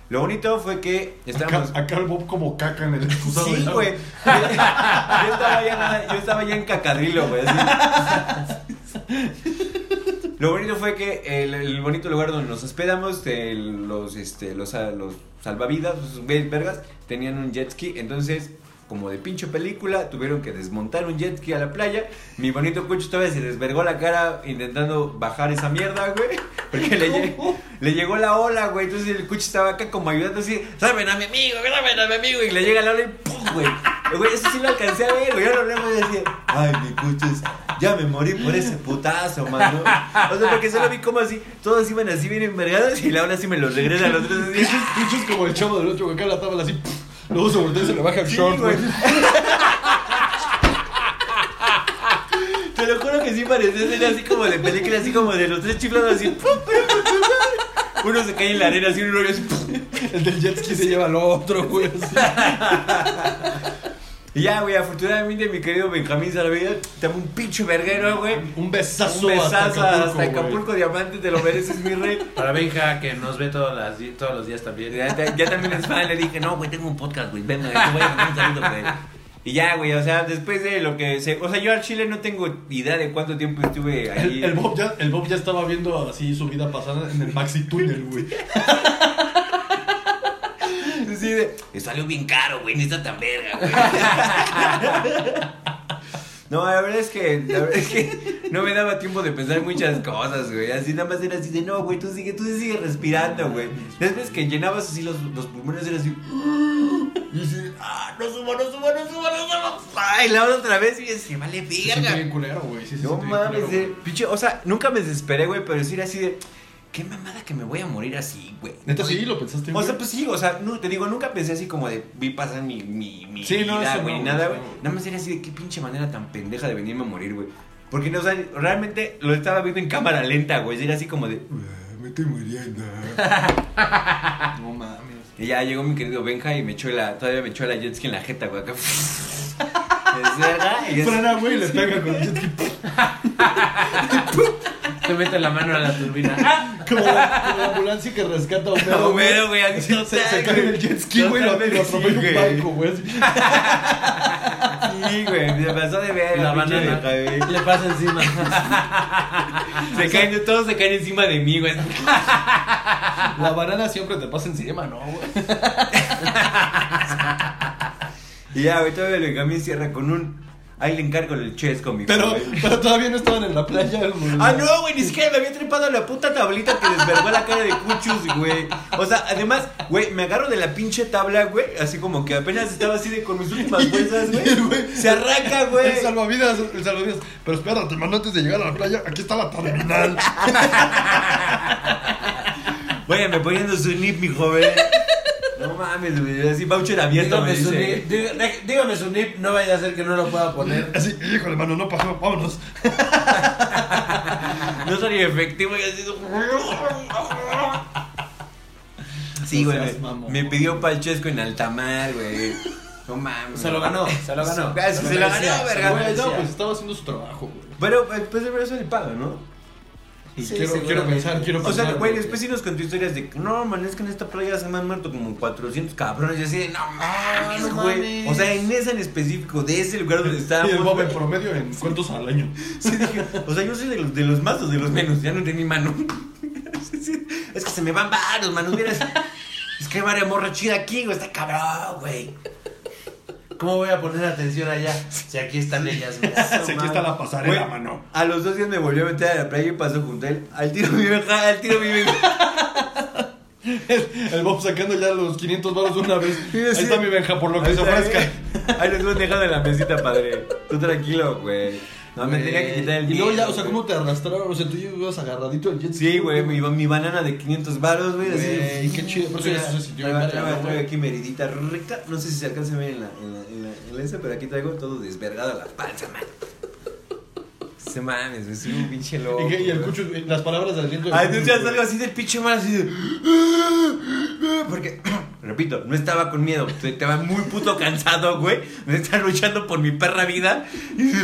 [SPEAKER 1] Lo bonito fue que estábamos.
[SPEAKER 3] Acá, acá el Bob como caca en el excusado.
[SPEAKER 1] Sí,
[SPEAKER 3] ya,
[SPEAKER 1] güey. Yo estaba ya, nada- yo estaba ya en cacadrilo, güey. así. Lo bonito fue que el, el bonito lugar donde nos hospedamos, el- los, este, los, a- los salvavidas, los güeyes vergas, tenían un jet ski. Entonces, como de pinche película, tuvieron que desmontar un jet ski a la playa. Mi bonito cucho todavía se desvergó la cara intentando bajar esa mierda, güey. Porque le, lle- le llegó la ola, güey. Entonces el cucho estaba acá como ayudando así, salven a mi amigo, salven a mi amigo. Y le llega la ola y ¡pum! güey. Eh, Güey, eso sí lo alcancé a ver, güey. Yo lo leo y decía, ay, mi cuchos, ya me morí por ese putazo, mano. O sea, porque solo vi como así, todos iban así bien envergados y la ola así me los regresa a los tres así.
[SPEAKER 3] Cuchos, cuchos como el chavo del otro, güey. Acá la tabla así. pff, Luego se voltea y se le baja el
[SPEAKER 1] Sí,
[SPEAKER 3] short,
[SPEAKER 1] güey.
[SPEAKER 3] güey.
[SPEAKER 1] Te lo juro que sí parecía ser así como de película, así como de los tres chiflados así. Uno se cae en la arena, así uno así.
[SPEAKER 3] El del jet ski se lleva al otro, güey. así.
[SPEAKER 1] Y ya, güey, afortunadamente mi querido Benjamín Sarabia, te amo un pinche verguero, güey.
[SPEAKER 3] Un
[SPEAKER 1] Un
[SPEAKER 3] besazo,
[SPEAKER 1] besazo
[SPEAKER 3] hasta Acapulco,
[SPEAKER 1] hasta Acapulco, Diamante, te lo mereces, mi rey.
[SPEAKER 2] Para Benja, que nos ve todas las di- todos los días también.
[SPEAKER 1] Ya, ya también es fan, le dije, no, güey, tengo un podcast, güey, venga, te voy a mandar un saludo, güey. Y ya, güey, o sea, después de lo que se... O sea, yo al Chile no tengo idea de cuánto tiempo estuve ahí.
[SPEAKER 3] El, el Bob ya, el Bob ya estaba viendo así su vida pasada en el maxi túnel, güey.
[SPEAKER 1] Sí, de, "Me salió bien caro, güey, no está tan verga, güey. No, la verdad es que, la verdad es que no me daba tiempo de pensar muchas cosas, güey. Así nada más era así de, no, güey, tú sigue, tú sigue respirando, güey. Después que llenabas así los, los pulmones, era así... Y así, ah, no subo, no subo, no subo, no subo. Ay, la otra otra vez y se vale
[SPEAKER 3] Se siente
[SPEAKER 1] verga.
[SPEAKER 3] bien culero, güey. Sí, se
[SPEAKER 1] No
[SPEAKER 3] siente bien
[SPEAKER 1] mames,
[SPEAKER 3] culero,
[SPEAKER 1] eh, pinche, o sea, nunca me desesperé, güey, pero decir así de, qué mamada que me voy a morir así, güey.
[SPEAKER 3] Neta, sí, lo pensaste.
[SPEAKER 1] O sea,
[SPEAKER 3] güey?
[SPEAKER 1] pues sí, o sea, no, te digo, nunca pensé así como de vi pasar mi, mi, mi
[SPEAKER 3] Sí, no,
[SPEAKER 1] vida,
[SPEAKER 3] eso
[SPEAKER 1] güey,
[SPEAKER 3] no,
[SPEAKER 1] nada,
[SPEAKER 3] eso
[SPEAKER 1] güey.
[SPEAKER 3] no.
[SPEAKER 1] Nada más era así de qué pinche manera tan pendeja de venirme a morir, güey. Porque, no, o sea, realmente lo estaba viendo en cámara lenta, güey. Era así como de.
[SPEAKER 5] pues, Me estoy muriendo.
[SPEAKER 3] No mames.
[SPEAKER 1] Y ya llegó mi querido Benja y me echó la. Todavía me echó la jet ski en la jeta, güey. Acá. Es verdad. Y es-
[SPEAKER 3] Frena, güey, y le pega con el jet ski.
[SPEAKER 2] Te mete la mano a la turbina. ¡Ah!
[SPEAKER 3] Como, como la ambulancia que rescata a Homero.
[SPEAKER 1] A Homero, güey, así
[SPEAKER 3] Sí, Se, se cae del jet ski, güey, lo,
[SPEAKER 1] Totalmente
[SPEAKER 3] lo atropella
[SPEAKER 1] sí,
[SPEAKER 3] un
[SPEAKER 1] güey.
[SPEAKER 3] barco, güey. así.
[SPEAKER 1] Sí, güey. Me pasó de ver.
[SPEAKER 2] La
[SPEAKER 1] pinche
[SPEAKER 2] banana
[SPEAKER 1] Benja, güey.
[SPEAKER 2] le pasa encima.
[SPEAKER 1] Se caen, todos se caen encima de mí, güey.
[SPEAKER 3] La banana siempre te pasa encima, ¿no, güey?
[SPEAKER 1] Y ya, güey, todavía el Benjamín cierra con un. Ahí le encargo el chesco, mi
[SPEAKER 3] Pero,
[SPEAKER 1] güey.
[SPEAKER 3] pero todavía no estaban en la playa, güey.
[SPEAKER 1] Ah, no, güey, ni siquiera me había trepado a la puta tablita que desvergó la cara de Cuchus, güey. O sea, además, güey, me agarro de la pinche tabla, güey, así como que apenas estaba así de con mis últimas fuerzas,
[SPEAKER 3] Y el
[SPEAKER 1] güey.
[SPEAKER 3] güey-
[SPEAKER 1] Se arranca, güey.
[SPEAKER 3] El salvavidas, el salvavidas. Pero espérate, mano, antes de llegar a la playa, aquí está la terminal.
[SPEAKER 1] Váyame poniendo su nip, mi joven. No mames, güey, así voucher abierto me
[SPEAKER 2] Dígame su,
[SPEAKER 1] dice.
[SPEAKER 2] nip, diga- dé- dígame su nip, no vaya a ser que no lo pueda poner.
[SPEAKER 3] Así, híjole, mano, no pasó, vámonos.
[SPEAKER 1] No soy efectivo y así. Sí,
[SPEAKER 3] No
[SPEAKER 1] güey.
[SPEAKER 3] seas
[SPEAKER 1] me-
[SPEAKER 3] mamón.
[SPEAKER 1] Me pidió palchesco en altamar, güey. No mames.
[SPEAKER 2] Se lo ganó, se lo ganó.
[SPEAKER 1] Ah, sí, se lo
[SPEAKER 2] merecía,
[SPEAKER 1] ganó,
[SPEAKER 2] se
[SPEAKER 1] verga.
[SPEAKER 2] lo
[SPEAKER 3] Güey,
[SPEAKER 2] merecía.
[SPEAKER 3] no, pues estaba haciendo su trabajo, güey.
[SPEAKER 1] Pero eh, pues de eso le pago, ¿no?
[SPEAKER 3] Pues
[SPEAKER 2] Sí,
[SPEAKER 3] quiero, quiero
[SPEAKER 2] seguramente.
[SPEAKER 3] pensar, quiero
[SPEAKER 1] O
[SPEAKER 3] pensar.
[SPEAKER 1] sea, güey, después sí nos contó historias de que no, man, es que en esta playa se me han muerto como 400 cabrones. Y así de, no mames,
[SPEAKER 3] no
[SPEAKER 1] güey.
[SPEAKER 3] mames.
[SPEAKER 1] O sea, en esa en específico, de ese lugar donde
[SPEAKER 3] Y el
[SPEAKER 1] estábamos.
[SPEAKER 3] Bob
[SPEAKER 1] güey,
[SPEAKER 3] en promedio en cuántos al año.
[SPEAKER 1] sí dije, o sea, yo soy de los, de los más o de los menos. Ya no tenía mano. Sí, sí. es que se me van varios, manos. Vieras. Es que hay varias morra chida aquí, güey. Está cabrón, güey.
[SPEAKER 2] ¿Cómo voy a poner atención allá? Si aquí están ellas, güey.
[SPEAKER 3] Si aquí está la pasarela,
[SPEAKER 1] Güey,
[SPEAKER 3] mano.
[SPEAKER 1] A los dos días me volvió a meter a la playa y pasó junto a él. Al tiro mi vieja, al tiro mi vieja.
[SPEAKER 3] El Bob sacando ya los 500 baros de una vez.
[SPEAKER 1] Sí,
[SPEAKER 3] Ahí
[SPEAKER 1] sí.
[SPEAKER 3] está mi Benja, por lo que
[SPEAKER 1] Ahí
[SPEAKER 3] se
[SPEAKER 1] está,
[SPEAKER 3] ofrezca.
[SPEAKER 1] eh. Ahí lo estuvo dejando en la mesita, padre. Tú tranquilo, güey. No, Ah, me
[SPEAKER 3] Güey.
[SPEAKER 1] tenía que quitar el
[SPEAKER 3] Y luego
[SPEAKER 1] miedo,
[SPEAKER 3] ya, o sea,
[SPEAKER 1] güey.
[SPEAKER 3] ¿cómo te arrastraron? O sea, tú ya ibas agarradito del jet ski.
[SPEAKER 1] Sí, güey, mi, mi banana de 500 baros, güey. así.
[SPEAKER 3] Güey, qué chido. Por eso ya se sintió
[SPEAKER 1] Ahí va,
[SPEAKER 3] bien
[SPEAKER 1] ahí va,
[SPEAKER 3] verga,
[SPEAKER 1] traigo
[SPEAKER 3] güey.
[SPEAKER 1] aquí mi heridita rica. No sé si se alcanza a ver en la, en la, en la, en la esa, pero aquí traigo todo desvergado a la panza, man. Se mames, me soy un pinche loco.
[SPEAKER 3] Y, que- y el
[SPEAKER 1] güey.
[SPEAKER 3] cucho, eh, las palabras de aliento. del
[SPEAKER 1] Ay,
[SPEAKER 3] Cucho,
[SPEAKER 1] entonces ya
[SPEAKER 3] güey.
[SPEAKER 1] salgo así del pinche mal, así de. Porque, repito, no estaba con miedo. te- Estaba muy puto cansado, güey. De estar luchando por mi perra vida. Y dice,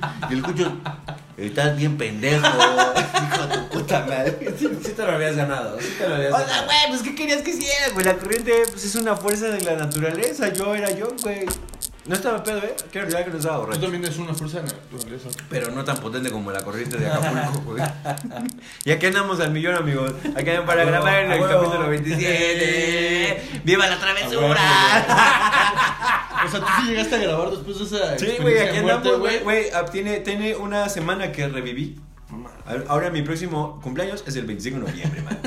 [SPEAKER 1] "Ah". y el cucho, estás bien pendejo. Hijo de tu puta madre.
[SPEAKER 2] Sí te lo habías ganado, sí te lo habías
[SPEAKER 1] Hola,
[SPEAKER 2] ganado.
[SPEAKER 1] güey, pues ¿qué querías que hiciera, güey? La corriente pues, es una fuerza de la naturaleza. Yo era yo, güey. No estaba pedo, ¿eh? Quiero olvidar que no estaba
[SPEAKER 3] Tú
[SPEAKER 1] borracho.
[SPEAKER 3] también es una fuerza de naturaleza.
[SPEAKER 1] Pero no tan potente como la corriente de Acapulco, güey. Y aquí andamos al millón, amigos. Aquí andan para
[SPEAKER 2] A huevo,
[SPEAKER 1] grabar en el
[SPEAKER 2] a huevo.
[SPEAKER 1] capítulo 27. ¡Viva la
[SPEAKER 3] A
[SPEAKER 1] travesura!
[SPEAKER 3] O sea, tú sí llegaste a grabar después de esa.
[SPEAKER 1] Sí, güey,
[SPEAKER 3] experiencia
[SPEAKER 1] aquí
[SPEAKER 3] de muerte,
[SPEAKER 1] andamos, güey. Güey, ah, tiene, tiene una semana que reviví. A ver, Ahora mi próximo cumpleaños es el 25 de noviembre, man.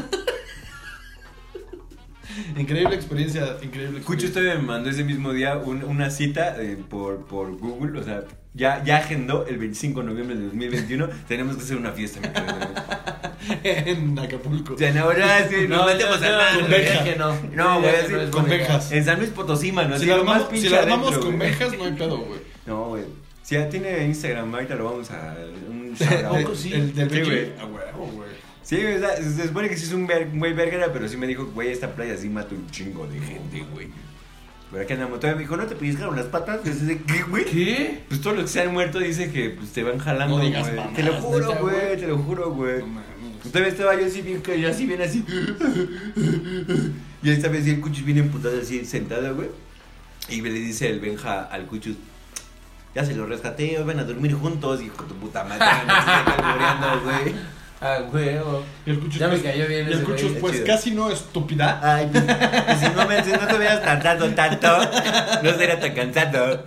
[SPEAKER 3] Increíble experiencia, increíble.
[SPEAKER 1] Escucho, usted
[SPEAKER 3] experiencia.
[SPEAKER 1] este me mandó ese mismo día un- una cita eh, por, por Google, o sea, ya, ya agendó el 25 de noviembre de 2021. Tenemos que hacer una fiesta, mi querido.
[SPEAKER 3] en Acapulco.
[SPEAKER 1] O sea, no, ahora sí, nos metemos
[SPEAKER 2] no,
[SPEAKER 1] al mar,
[SPEAKER 3] con
[SPEAKER 1] güey.
[SPEAKER 3] Benja.
[SPEAKER 2] diría que no.
[SPEAKER 1] No, güey,
[SPEAKER 2] Diría que
[SPEAKER 1] sí,
[SPEAKER 2] es
[SPEAKER 3] con
[SPEAKER 2] buena idea.
[SPEAKER 3] Benjas.
[SPEAKER 1] En San Luis Potosí, mano.
[SPEAKER 3] si
[SPEAKER 1] así,
[SPEAKER 3] la
[SPEAKER 1] lo
[SPEAKER 3] armamos,
[SPEAKER 1] más
[SPEAKER 3] si
[SPEAKER 1] pinche
[SPEAKER 3] la armamos
[SPEAKER 1] adentro,
[SPEAKER 3] con
[SPEAKER 1] güey.
[SPEAKER 3] Benjas, no hay pedo, güey.
[SPEAKER 1] No, güey. Si ya tiene Instagram, ahorita lo vamos a. Un
[SPEAKER 3] El-
[SPEAKER 1] shoutout.
[SPEAKER 3] el- el del
[SPEAKER 1] Sí,
[SPEAKER 3] Benji,
[SPEAKER 1] güey.
[SPEAKER 3] A huevo, güey.
[SPEAKER 1] Sí, o sea, se supone que sí es un ver- un güey verguera, pero sí me dijo, güey, esta playa sí mata un chingo de gente, güey. Pero aquí andamos. Todavía me dijo, no te pellizcaron las patas. Y así de, ¿qué, güey?
[SPEAKER 2] ¿Qué?
[SPEAKER 1] Pues todos los que se han muerto dicen que pues, te van jalando,
[SPEAKER 3] No
[SPEAKER 1] güey.
[SPEAKER 3] digas mamadas,
[SPEAKER 1] te lo juro,
[SPEAKER 3] neta,
[SPEAKER 1] güey,
[SPEAKER 3] güey.
[SPEAKER 1] te lo juro, güey.
[SPEAKER 3] No mames.
[SPEAKER 1] Todavía estaba yo así bien, yo así bien así. Y ahí estaba así el cuchis bien emputado así sentado, güey. Y le dice el Benja al Cuchus, ya se lo rescaté, hoy van a dormir juntos, hijo de tu puta madre. nos está calbureando, güey.
[SPEAKER 2] Ah, huevo.
[SPEAKER 3] Y el Cuchus,
[SPEAKER 2] Ya me
[SPEAKER 3] pues-
[SPEAKER 2] cayó bien
[SPEAKER 3] y el
[SPEAKER 2] ese
[SPEAKER 3] Cuchus,
[SPEAKER 2] güey, Ah,
[SPEAKER 1] está
[SPEAKER 3] pues
[SPEAKER 1] chido.
[SPEAKER 3] casi no estúpida.
[SPEAKER 1] Ay, pues, pues, si no, me, si no te hubieras tardado tanto, no sería tan cansado.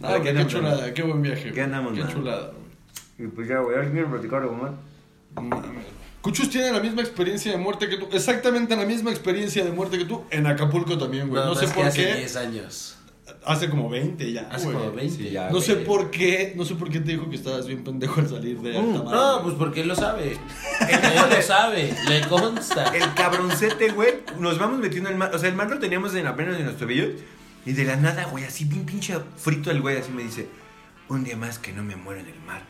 [SPEAKER 3] No,
[SPEAKER 1] Ah,
[SPEAKER 3] qué,
[SPEAKER 1] qué
[SPEAKER 3] chulada, qué buen viaje. güey.
[SPEAKER 1] Qué andamos,
[SPEAKER 3] Qué
[SPEAKER 1] man.
[SPEAKER 3] chulada, güey.
[SPEAKER 1] Y pues ya, güey, ahora quiero platicar algo más.
[SPEAKER 3] Cuchus tiene la misma experiencia de muerte que tú, exactamente la misma experiencia de muerte que tú en Acapulco también, güey. No, sé
[SPEAKER 2] es que
[SPEAKER 3] por
[SPEAKER 2] hace
[SPEAKER 3] qué.
[SPEAKER 2] 10 años.
[SPEAKER 3] Hace como 20 ya.
[SPEAKER 2] Hace
[SPEAKER 3] güey.
[SPEAKER 2] como 20.
[SPEAKER 6] Sí, ya,
[SPEAKER 3] No sé
[SPEAKER 6] güey.
[SPEAKER 3] por qué, no sé por qué te dijo que estabas bien pendejo al salir de alta mar.
[SPEAKER 2] No, pues porque él lo sabe. Él lo sabe, le consta.
[SPEAKER 6] El cabroncete, güey. Nos vamos metiendo en el mar. O sea, el mar lo teníamos en apenas en los tobillos. Y de la nada, güey, así bien pinche frito el güey, así me dice: Un día más que no me muero en el mar.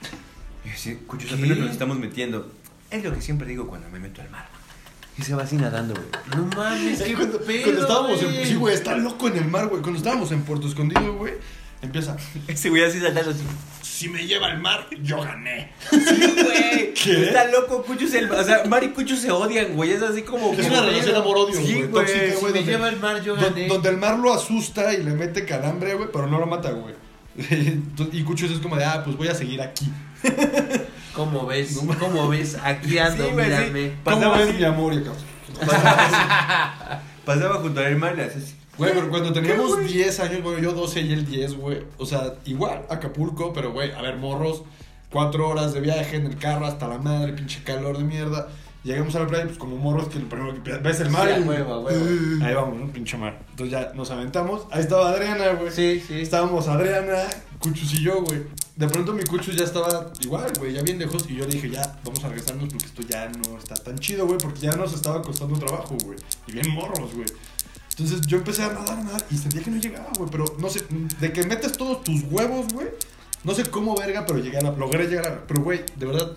[SPEAKER 6] Y yo así, cuchos, apenas nos estamos metiendo. Es lo que siempre digo cuando me meto al mar. Y se va así nadando, güey.
[SPEAKER 2] No mames,
[SPEAKER 3] Sí,
[SPEAKER 2] qué
[SPEAKER 3] cuando,
[SPEAKER 2] pedo,
[SPEAKER 3] cuando estábamos en,
[SPEAKER 2] güey.
[SPEAKER 3] sí, güey, está loco en el mar, güey. Cuando estábamos en Puerto Escondido, güey, empieza.
[SPEAKER 1] Ese güey así saltando así.
[SPEAKER 3] Si me lleva al mar, yo gané.
[SPEAKER 1] Güey,
[SPEAKER 3] ¿Qué?
[SPEAKER 1] está loco, Cuchus. El, o sea, Mar y Cuchus se odian, güey. Es así como.
[SPEAKER 3] Es una relación amor-odio,
[SPEAKER 1] Sí,
[SPEAKER 3] güey,
[SPEAKER 1] güey.
[SPEAKER 3] tóxica,
[SPEAKER 2] Si
[SPEAKER 3] güey,
[SPEAKER 2] me
[SPEAKER 3] donde-
[SPEAKER 2] lleva el mar, yo
[SPEAKER 3] Don-
[SPEAKER 2] gané.
[SPEAKER 3] donde el mar lo asusta y le mete calambre, güey, pero no lo mata, güey. Entonces, y Cuchus es como de, ah, pues voy a seguir aquí.
[SPEAKER 2] ¿Cómo ves? ¿Cómo ves? Aquí ando,
[SPEAKER 6] Sí, güey, sí.
[SPEAKER 2] mírame.
[SPEAKER 3] ¿Cómo
[SPEAKER 6] Pasaba
[SPEAKER 3] ves,
[SPEAKER 6] así.
[SPEAKER 3] mi amor? Y acá,
[SPEAKER 6] Pasaba junto al mar y le hacía así.
[SPEAKER 3] Güey, pero cuando teníamos 10 años, bueno, yo 12 y él 10, güey. O sea, igual, Acapulco, pero güey, a ver, morros, 4 horas de viaje en el carro hasta la madre, pinche calor de mierda. Llegamos a la playa, pues como morros, que lo primero que pi- ves el mar.
[SPEAKER 2] Sí, a
[SPEAKER 3] y-
[SPEAKER 2] huevo, a huevo.
[SPEAKER 3] Ahí vamos, ¿no? pinche mar. Entonces ya nos aventamos. Ahí estaba Adriana, güey.
[SPEAKER 2] Sí, sí.
[SPEAKER 3] Estábamos Adriana, Cuchus y yo, güey. De pronto mi Cuchus ya estaba igual, güey, ya bien lejos. Y yo le dije, ya, vamos a regresarnos porque esto ya no está tan chido, güey. Porque ya nos estaba costando trabajo, güey. Y bien morros, güey. Entonces yo empecé a nadar, a nadar. Y sentía que no llegaba, güey. Pero no sé, de que metes todos tus huevos, güey. No sé cómo verga, pero llegué a la, logré llegar a la- Pero, güey, de verdad,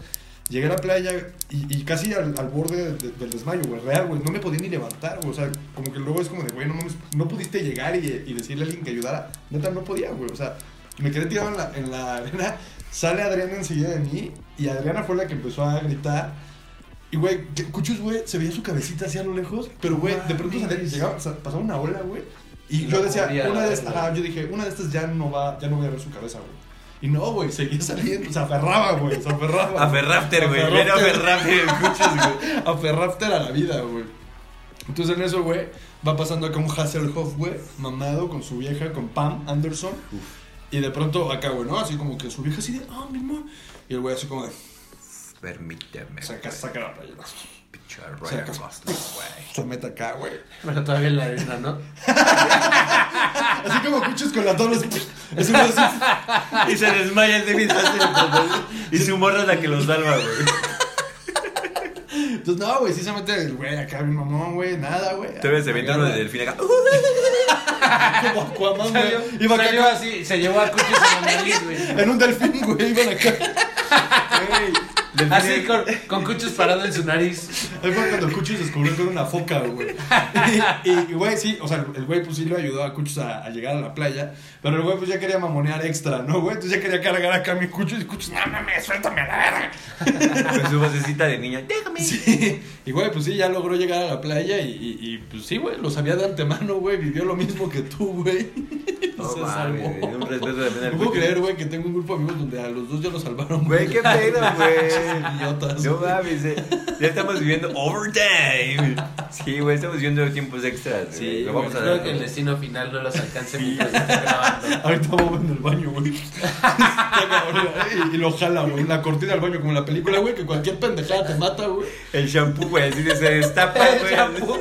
[SPEAKER 3] llegué a la playa y, y casi al, al borde de- del desmayo, güey. Real, güey. No me podía ni levantar, güey. O sea, como que luego es como de, güey, no mames, no pudiste llegar y, y decirle a alguien que ayudara. Neta, no podía, güey. O sea, me quedé tirado en la, en la arena. Sale Adriana enseguida de mí y Adriana fue la que empezó a gritar. Y, güey, que- Cuchus, güey, se veía su cabecita así a lo lejos. Pero, güey, de pronto salía- llegaba, sa- pasaba una ola, güey. Y
[SPEAKER 2] Y
[SPEAKER 3] yo
[SPEAKER 2] no
[SPEAKER 3] decía,
[SPEAKER 2] podía
[SPEAKER 3] una de
[SPEAKER 2] verla.
[SPEAKER 3] estas, ajá, yo dije, una de estas ya no va, ya no voy a ver su cabeza, güey. Y no, güey, seguía saliendo, se aferraba, güey, se aferraba.
[SPEAKER 1] Aferrafter, güey. Era Aferrafter, Cuchus, güey.
[SPEAKER 3] Aferrafter a la vida, güey. Entonces en eso, güey, va pasando acá un Hasselhoff, güey, mamado con su vieja, con Pam Anderson. Y de pronto acá, güey, ¿no? Así como que su vieja así de, ah, mi amor. Y el güey así como de,
[SPEAKER 6] Permíteme.
[SPEAKER 3] saca, saca la playera.
[SPEAKER 6] Pinche roller
[SPEAKER 3] Saca.
[SPEAKER 6] coaster, güey.
[SPEAKER 3] Se mete acá, güey.
[SPEAKER 2] Pero todavía en la arena, ¿no?
[SPEAKER 3] Así como cuchos con la tabla. así, Es un güey así.
[SPEAKER 1] Y se desmaya el David Hasselhoff, güey. Y su morra es la que lo salva, güey.
[SPEAKER 3] Entonces, no, güey, sí se mete el güey acá, mi mamón, güey, nada, güey.
[SPEAKER 1] Te ves aventar uno
[SPEAKER 3] Nada.
[SPEAKER 1] de delfín acá. ¡uh!
[SPEAKER 3] Como Aquaman, güey.
[SPEAKER 2] Salió,
[SPEAKER 3] Iba
[SPEAKER 2] salió
[SPEAKER 3] acá
[SPEAKER 2] así, se llevó a Cuchis en la nariz, güey.
[SPEAKER 3] en un delfín, güey, iban acá.
[SPEAKER 2] Así con, con Cuchis parado en su nariz.
[SPEAKER 3] Ahí fue cuando Cuchus descubrió que era una foca, güey. Y- Y, y, güey, sí, o sea, el güey pues sí lo ayudó a Cuchus a, a llegar a la playa, pero el güey pues ya quería mamonear extra, ¿no, güey? Entonces ya quería cargar acá a mi Cuchus y Cuchus, no mames, suéltame a la verga.
[SPEAKER 1] Con su vocecita de niña. Déjame.
[SPEAKER 3] Sí, y güey, pues sí, ya logró llegar a la playa y, y, y, pues sí, güey, lo sabía de antemano, güey, vivió lo mismo que tú, güey.
[SPEAKER 1] No
[SPEAKER 3] Se
[SPEAKER 1] mames,
[SPEAKER 3] salvó.
[SPEAKER 1] güey, Un respeto también al
[SPEAKER 3] No puedo
[SPEAKER 1] Cuchus.
[SPEAKER 3] creer, güey, que tengo un grupo de amigos donde a los dos ya lo salvaron,
[SPEAKER 6] Güey, qué pedo, güey.
[SPEAKER 3] Idiotas.
[SPEAKER 1] No mames, eh. ya estamos viviendo overtime. Sí, güey, estamos viviendo tiempos extras. güey.
[SPEAKER 3] Sí,
[SPEAKER 1] Lo vamos a
[SPEAKER 2] Espero
[SPEAKER 1] dar.
[SPEAKER 2] que el destino final no los alcance mientras está grabando.
[SPEAKER 3] Ahorita vamos en el baño, güey. Está cabrón, güey. y, y lo jala, güey. La cortina del baño, como en la película, güey, que cualquier pendejada te mata, güey.
[SPEAKER 1] El shampoo, güey, así que se destapa,
[SPEAKER 2] El
[SPEAKER 1] güey.
[SPEAKER 2] champú,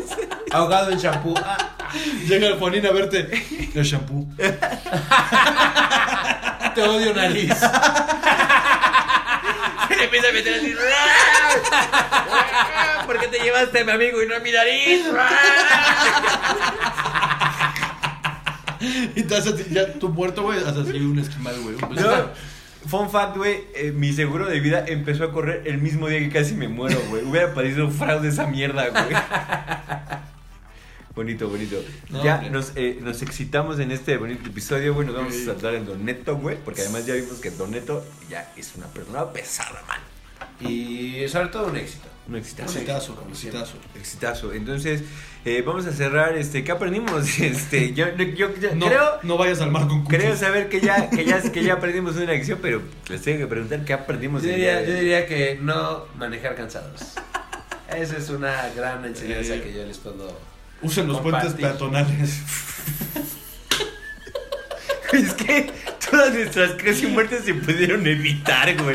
[SPEAKER 2] ahogado en champú. Ah,
[SPEAKER 3] Llega Juanina a verte. El shampoo.
[SPEAKER 2] te odio nariz.
[SPEAKER 1] Le empieza a meter así. ¿Por qué te llevaste a mi amigo y no a mi nariz?
[SPEAKER 3] Y te hace, ya tu muerto, güey, hace así un esquimal, güey. un
[SPEAKER 1] Yo, fun fact, güey, eh, mi seguro de vida empezó a correr el mismo día que casi me muero, güey. Hubiera parecido un fraude esa mierda, güey. Bonito, bonito.
[SPEAKER 2] No,
[SPEAKER 1] ya
[SPEAKER 2] hombre.
[SPEAKER 1] nos, eh, nos excitamos en este bonito episodio, güey. Nos vamos
[SPEAKER 3] Sí.
[SPEAKER 1] a saltar en Doneto, güey. Porque además ya vimos que Doneto ya es una persona pesada, man.
[SPEAKER 2] Y sobre todo un éxito.
[SPEAKER 1] Un exitazo.
[SPEAKER 3] Exitazo,
[SPEAKER 7] como siempre.
[SPEAKER 3] exitazo.
[SPEAKER 1] Exitazo. Entonces, eh, vamos a cerrar. Este, ¿Qué aprendimos? Este, yo, yo- yo
[SPEAKER 3] No,
[SPEAKER 1] creo,
[SPEAKER 3] no vayas al mar con cuchis.
[SPEAKER 1] creo saber que ya, que, ya, que ya aprendimos una lección, pero les tengo que preguntar qué aprendimos.
[SPEAKER 2] Yo
[SPEAKER 1] el día
[SPEAKER 2] diría,
[SPEAKER 1] de
[SPEAKER 2] yo
[SPEAKER 1] hoy?
[SPEAKER 2] diría que no manejar cansados. Esa es una gran enseñanza que yo les puedo.
[SPEAKER 3] Usen los puentes
[SPEAKER 2] Compartir.
[SPEAKER 3] peatonales.
[SPEAKER 1] Es que todas nuestras creces y muertes se pudieron evitar, güey.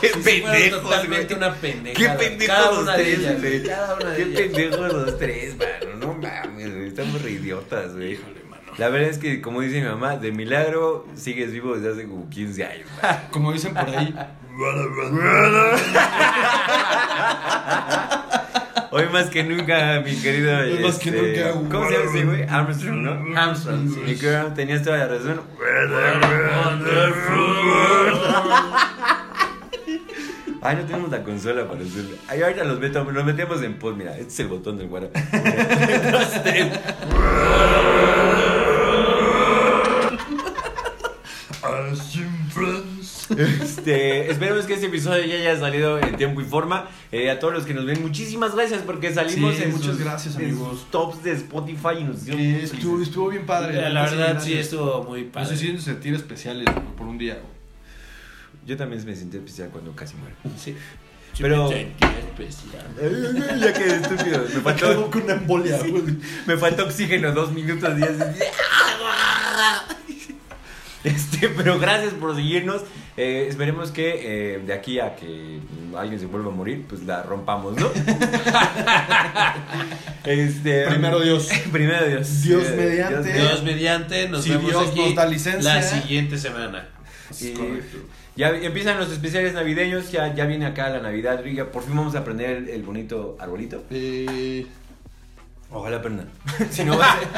[SPEAKER 1] Qué
[SPEAKER 7] Fueron
[SPEAKER 1] pendejos,
[SPEAKER 7] totalmente
[SPEAKER 1] güey.
[SPEAKER 7] una
[SPEAKER 1] Qué
[SPEAKER 7] pendejada.
[SPEAKER 1] pendejos
[SPEAKER 2] Cada
[SPEAKER 1] los
[SPEAKER 2] una de
[SPEAKER 1] tres,
[SPEAKER 2] ellas,
[SPEAKER 1] güey.
[SPEAKER 2] cada una de
[SPEAKER 1] Qué
[SPEAKER 2] ellas.
[SPEAKER 1] pendejos los tres, mano. No mames, güey. Estamos re idiotas, güey. La verdad es que, como dice mi mamá, de milagro sigues vivo desde hace como 15 años, güey.
[SPEAKER 3] Como dicen por ahí,
[SPEAKER 1] Hoy más que nunca, mi querido.
[SPEAKER 3] Hoy más que
[SPEAKER 1] este,
[SPEAKER 3] nunca.
[SPEAKER 1] ¿Cómo se llama ese güey? Armstrong, ¿no?
[SPEAKER 2] Hamstrong.
[SPEAKER 1] Mi girl, tenías toda la razón. Ay, no tenemos la consola para hacerlo. Ay, ahorita los, meto, los metemos en post. Mira, este es el botón del guarda. Dos, tres. Este, esperemos que este episodio ya haya salido en tiempo y forma. Eh, a todos los que nos ven, muchísimas gracias porque salimos
[SPEAKER 3] Sí,
[SPEAKER 1] en
[SPEAKER 3] muchas
[SPEAKER 1] sus-
[SPEAKER 3] gracias,
[SPEAKER 1] en
[SPEAKER 3] amigos.
[SPEAKER 1] sus tops de Spotify y nos dieron
[SPEAKER 3] que estuvo, estuvo bien padre.
[SPEAKER 7] La verdad, sí,
[SPEAKER 3] estuvo.
[SPEAKER 7] estuvo muy
[SPEAKER 2] Pues,
[SPEAKER 3] No
[SPEAKER 7] padre.
[SPEAKER 3] sé si sienten sentir especiales güey, por un día. güey.
[SPEAKER 1] Yo también me sentí especial cuando casi muero.
[SPEAKER 7] Sí.
[SPEAKER 1] Pero-
[SPEAKER 7] Yo me sentí especial.
[SPEAKER 1] Eh, ya que estúpido. Me faltó,
[SPEAKER 3] Acabó con una embolia, güey.
[SPEAKER 1] me faltó oxígeno dos minutos diez. Este, pero gracias por seguirnos. Eh, esperemos que eh, de aquí a que alguien se vuelva a morir, pues la rompamos, ¿no? este,
[SPEAKER 3] Primero Dios.
[SPEAKER 1] Primero Dios.
[SPEAKER 3] Dios
[SPEAKER 1] Eh,
[SPEAKER 3] mediante.
[SPEAKER 7] Dios mediante, nos
[SPEAKER 3] Si
[SPEAKER 7] vemos
[SPEAKER 3] Dios
[SPEAKER 7] aquí
[SPEAKER 3] nos da licencia.
[SPEAKER 7] la siguiente semana.
[SPEAKER 1] Y
[SPEAKER 3] correcto.
[SPEAKER 1] ya empiezan los especiales navideños, ya, ya viene acá la Navidad, y ya por fin vamos a aprender el, el bonito arbolito.
[SPEAKER 3] Eh,
[SPEAKER 1] Ojalá aprenda. si no, va a ser,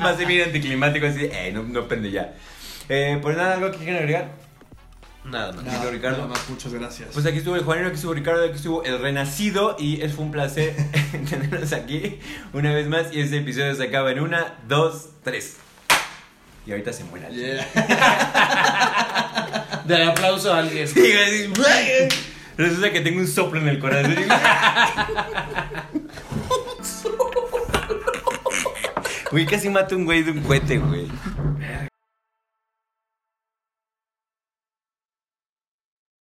[SPEAKER 1] va a ser bien anticlimático, así, eh, no, no aprende ya. Eh, pues nada, algo que quieran agregar.
[SPEAKER 7] Nada más.
[SPEAKER 1] Nada, Ricardo.
[SPEAKER 3] nada más, muchas gracias.
[SPEAKER 1] Pues aquí estuvo el Juanero, aquí estuvo Ricardo, aquí estuvo el Renacido y es fue un placer tenerlos aquí una vez más y este episodio se acaba en una, dos, tres. Y ahorita se muere alguien.
[SPEAKER 3] Yeah.
[SPEAKER 7] Del aplauso a alguien.
[SPEAKER 1] Sí, así, ¡buah! Resulta que tengo un soplo en el corazón. Güey, casi mato a un güey de un cohete, güey.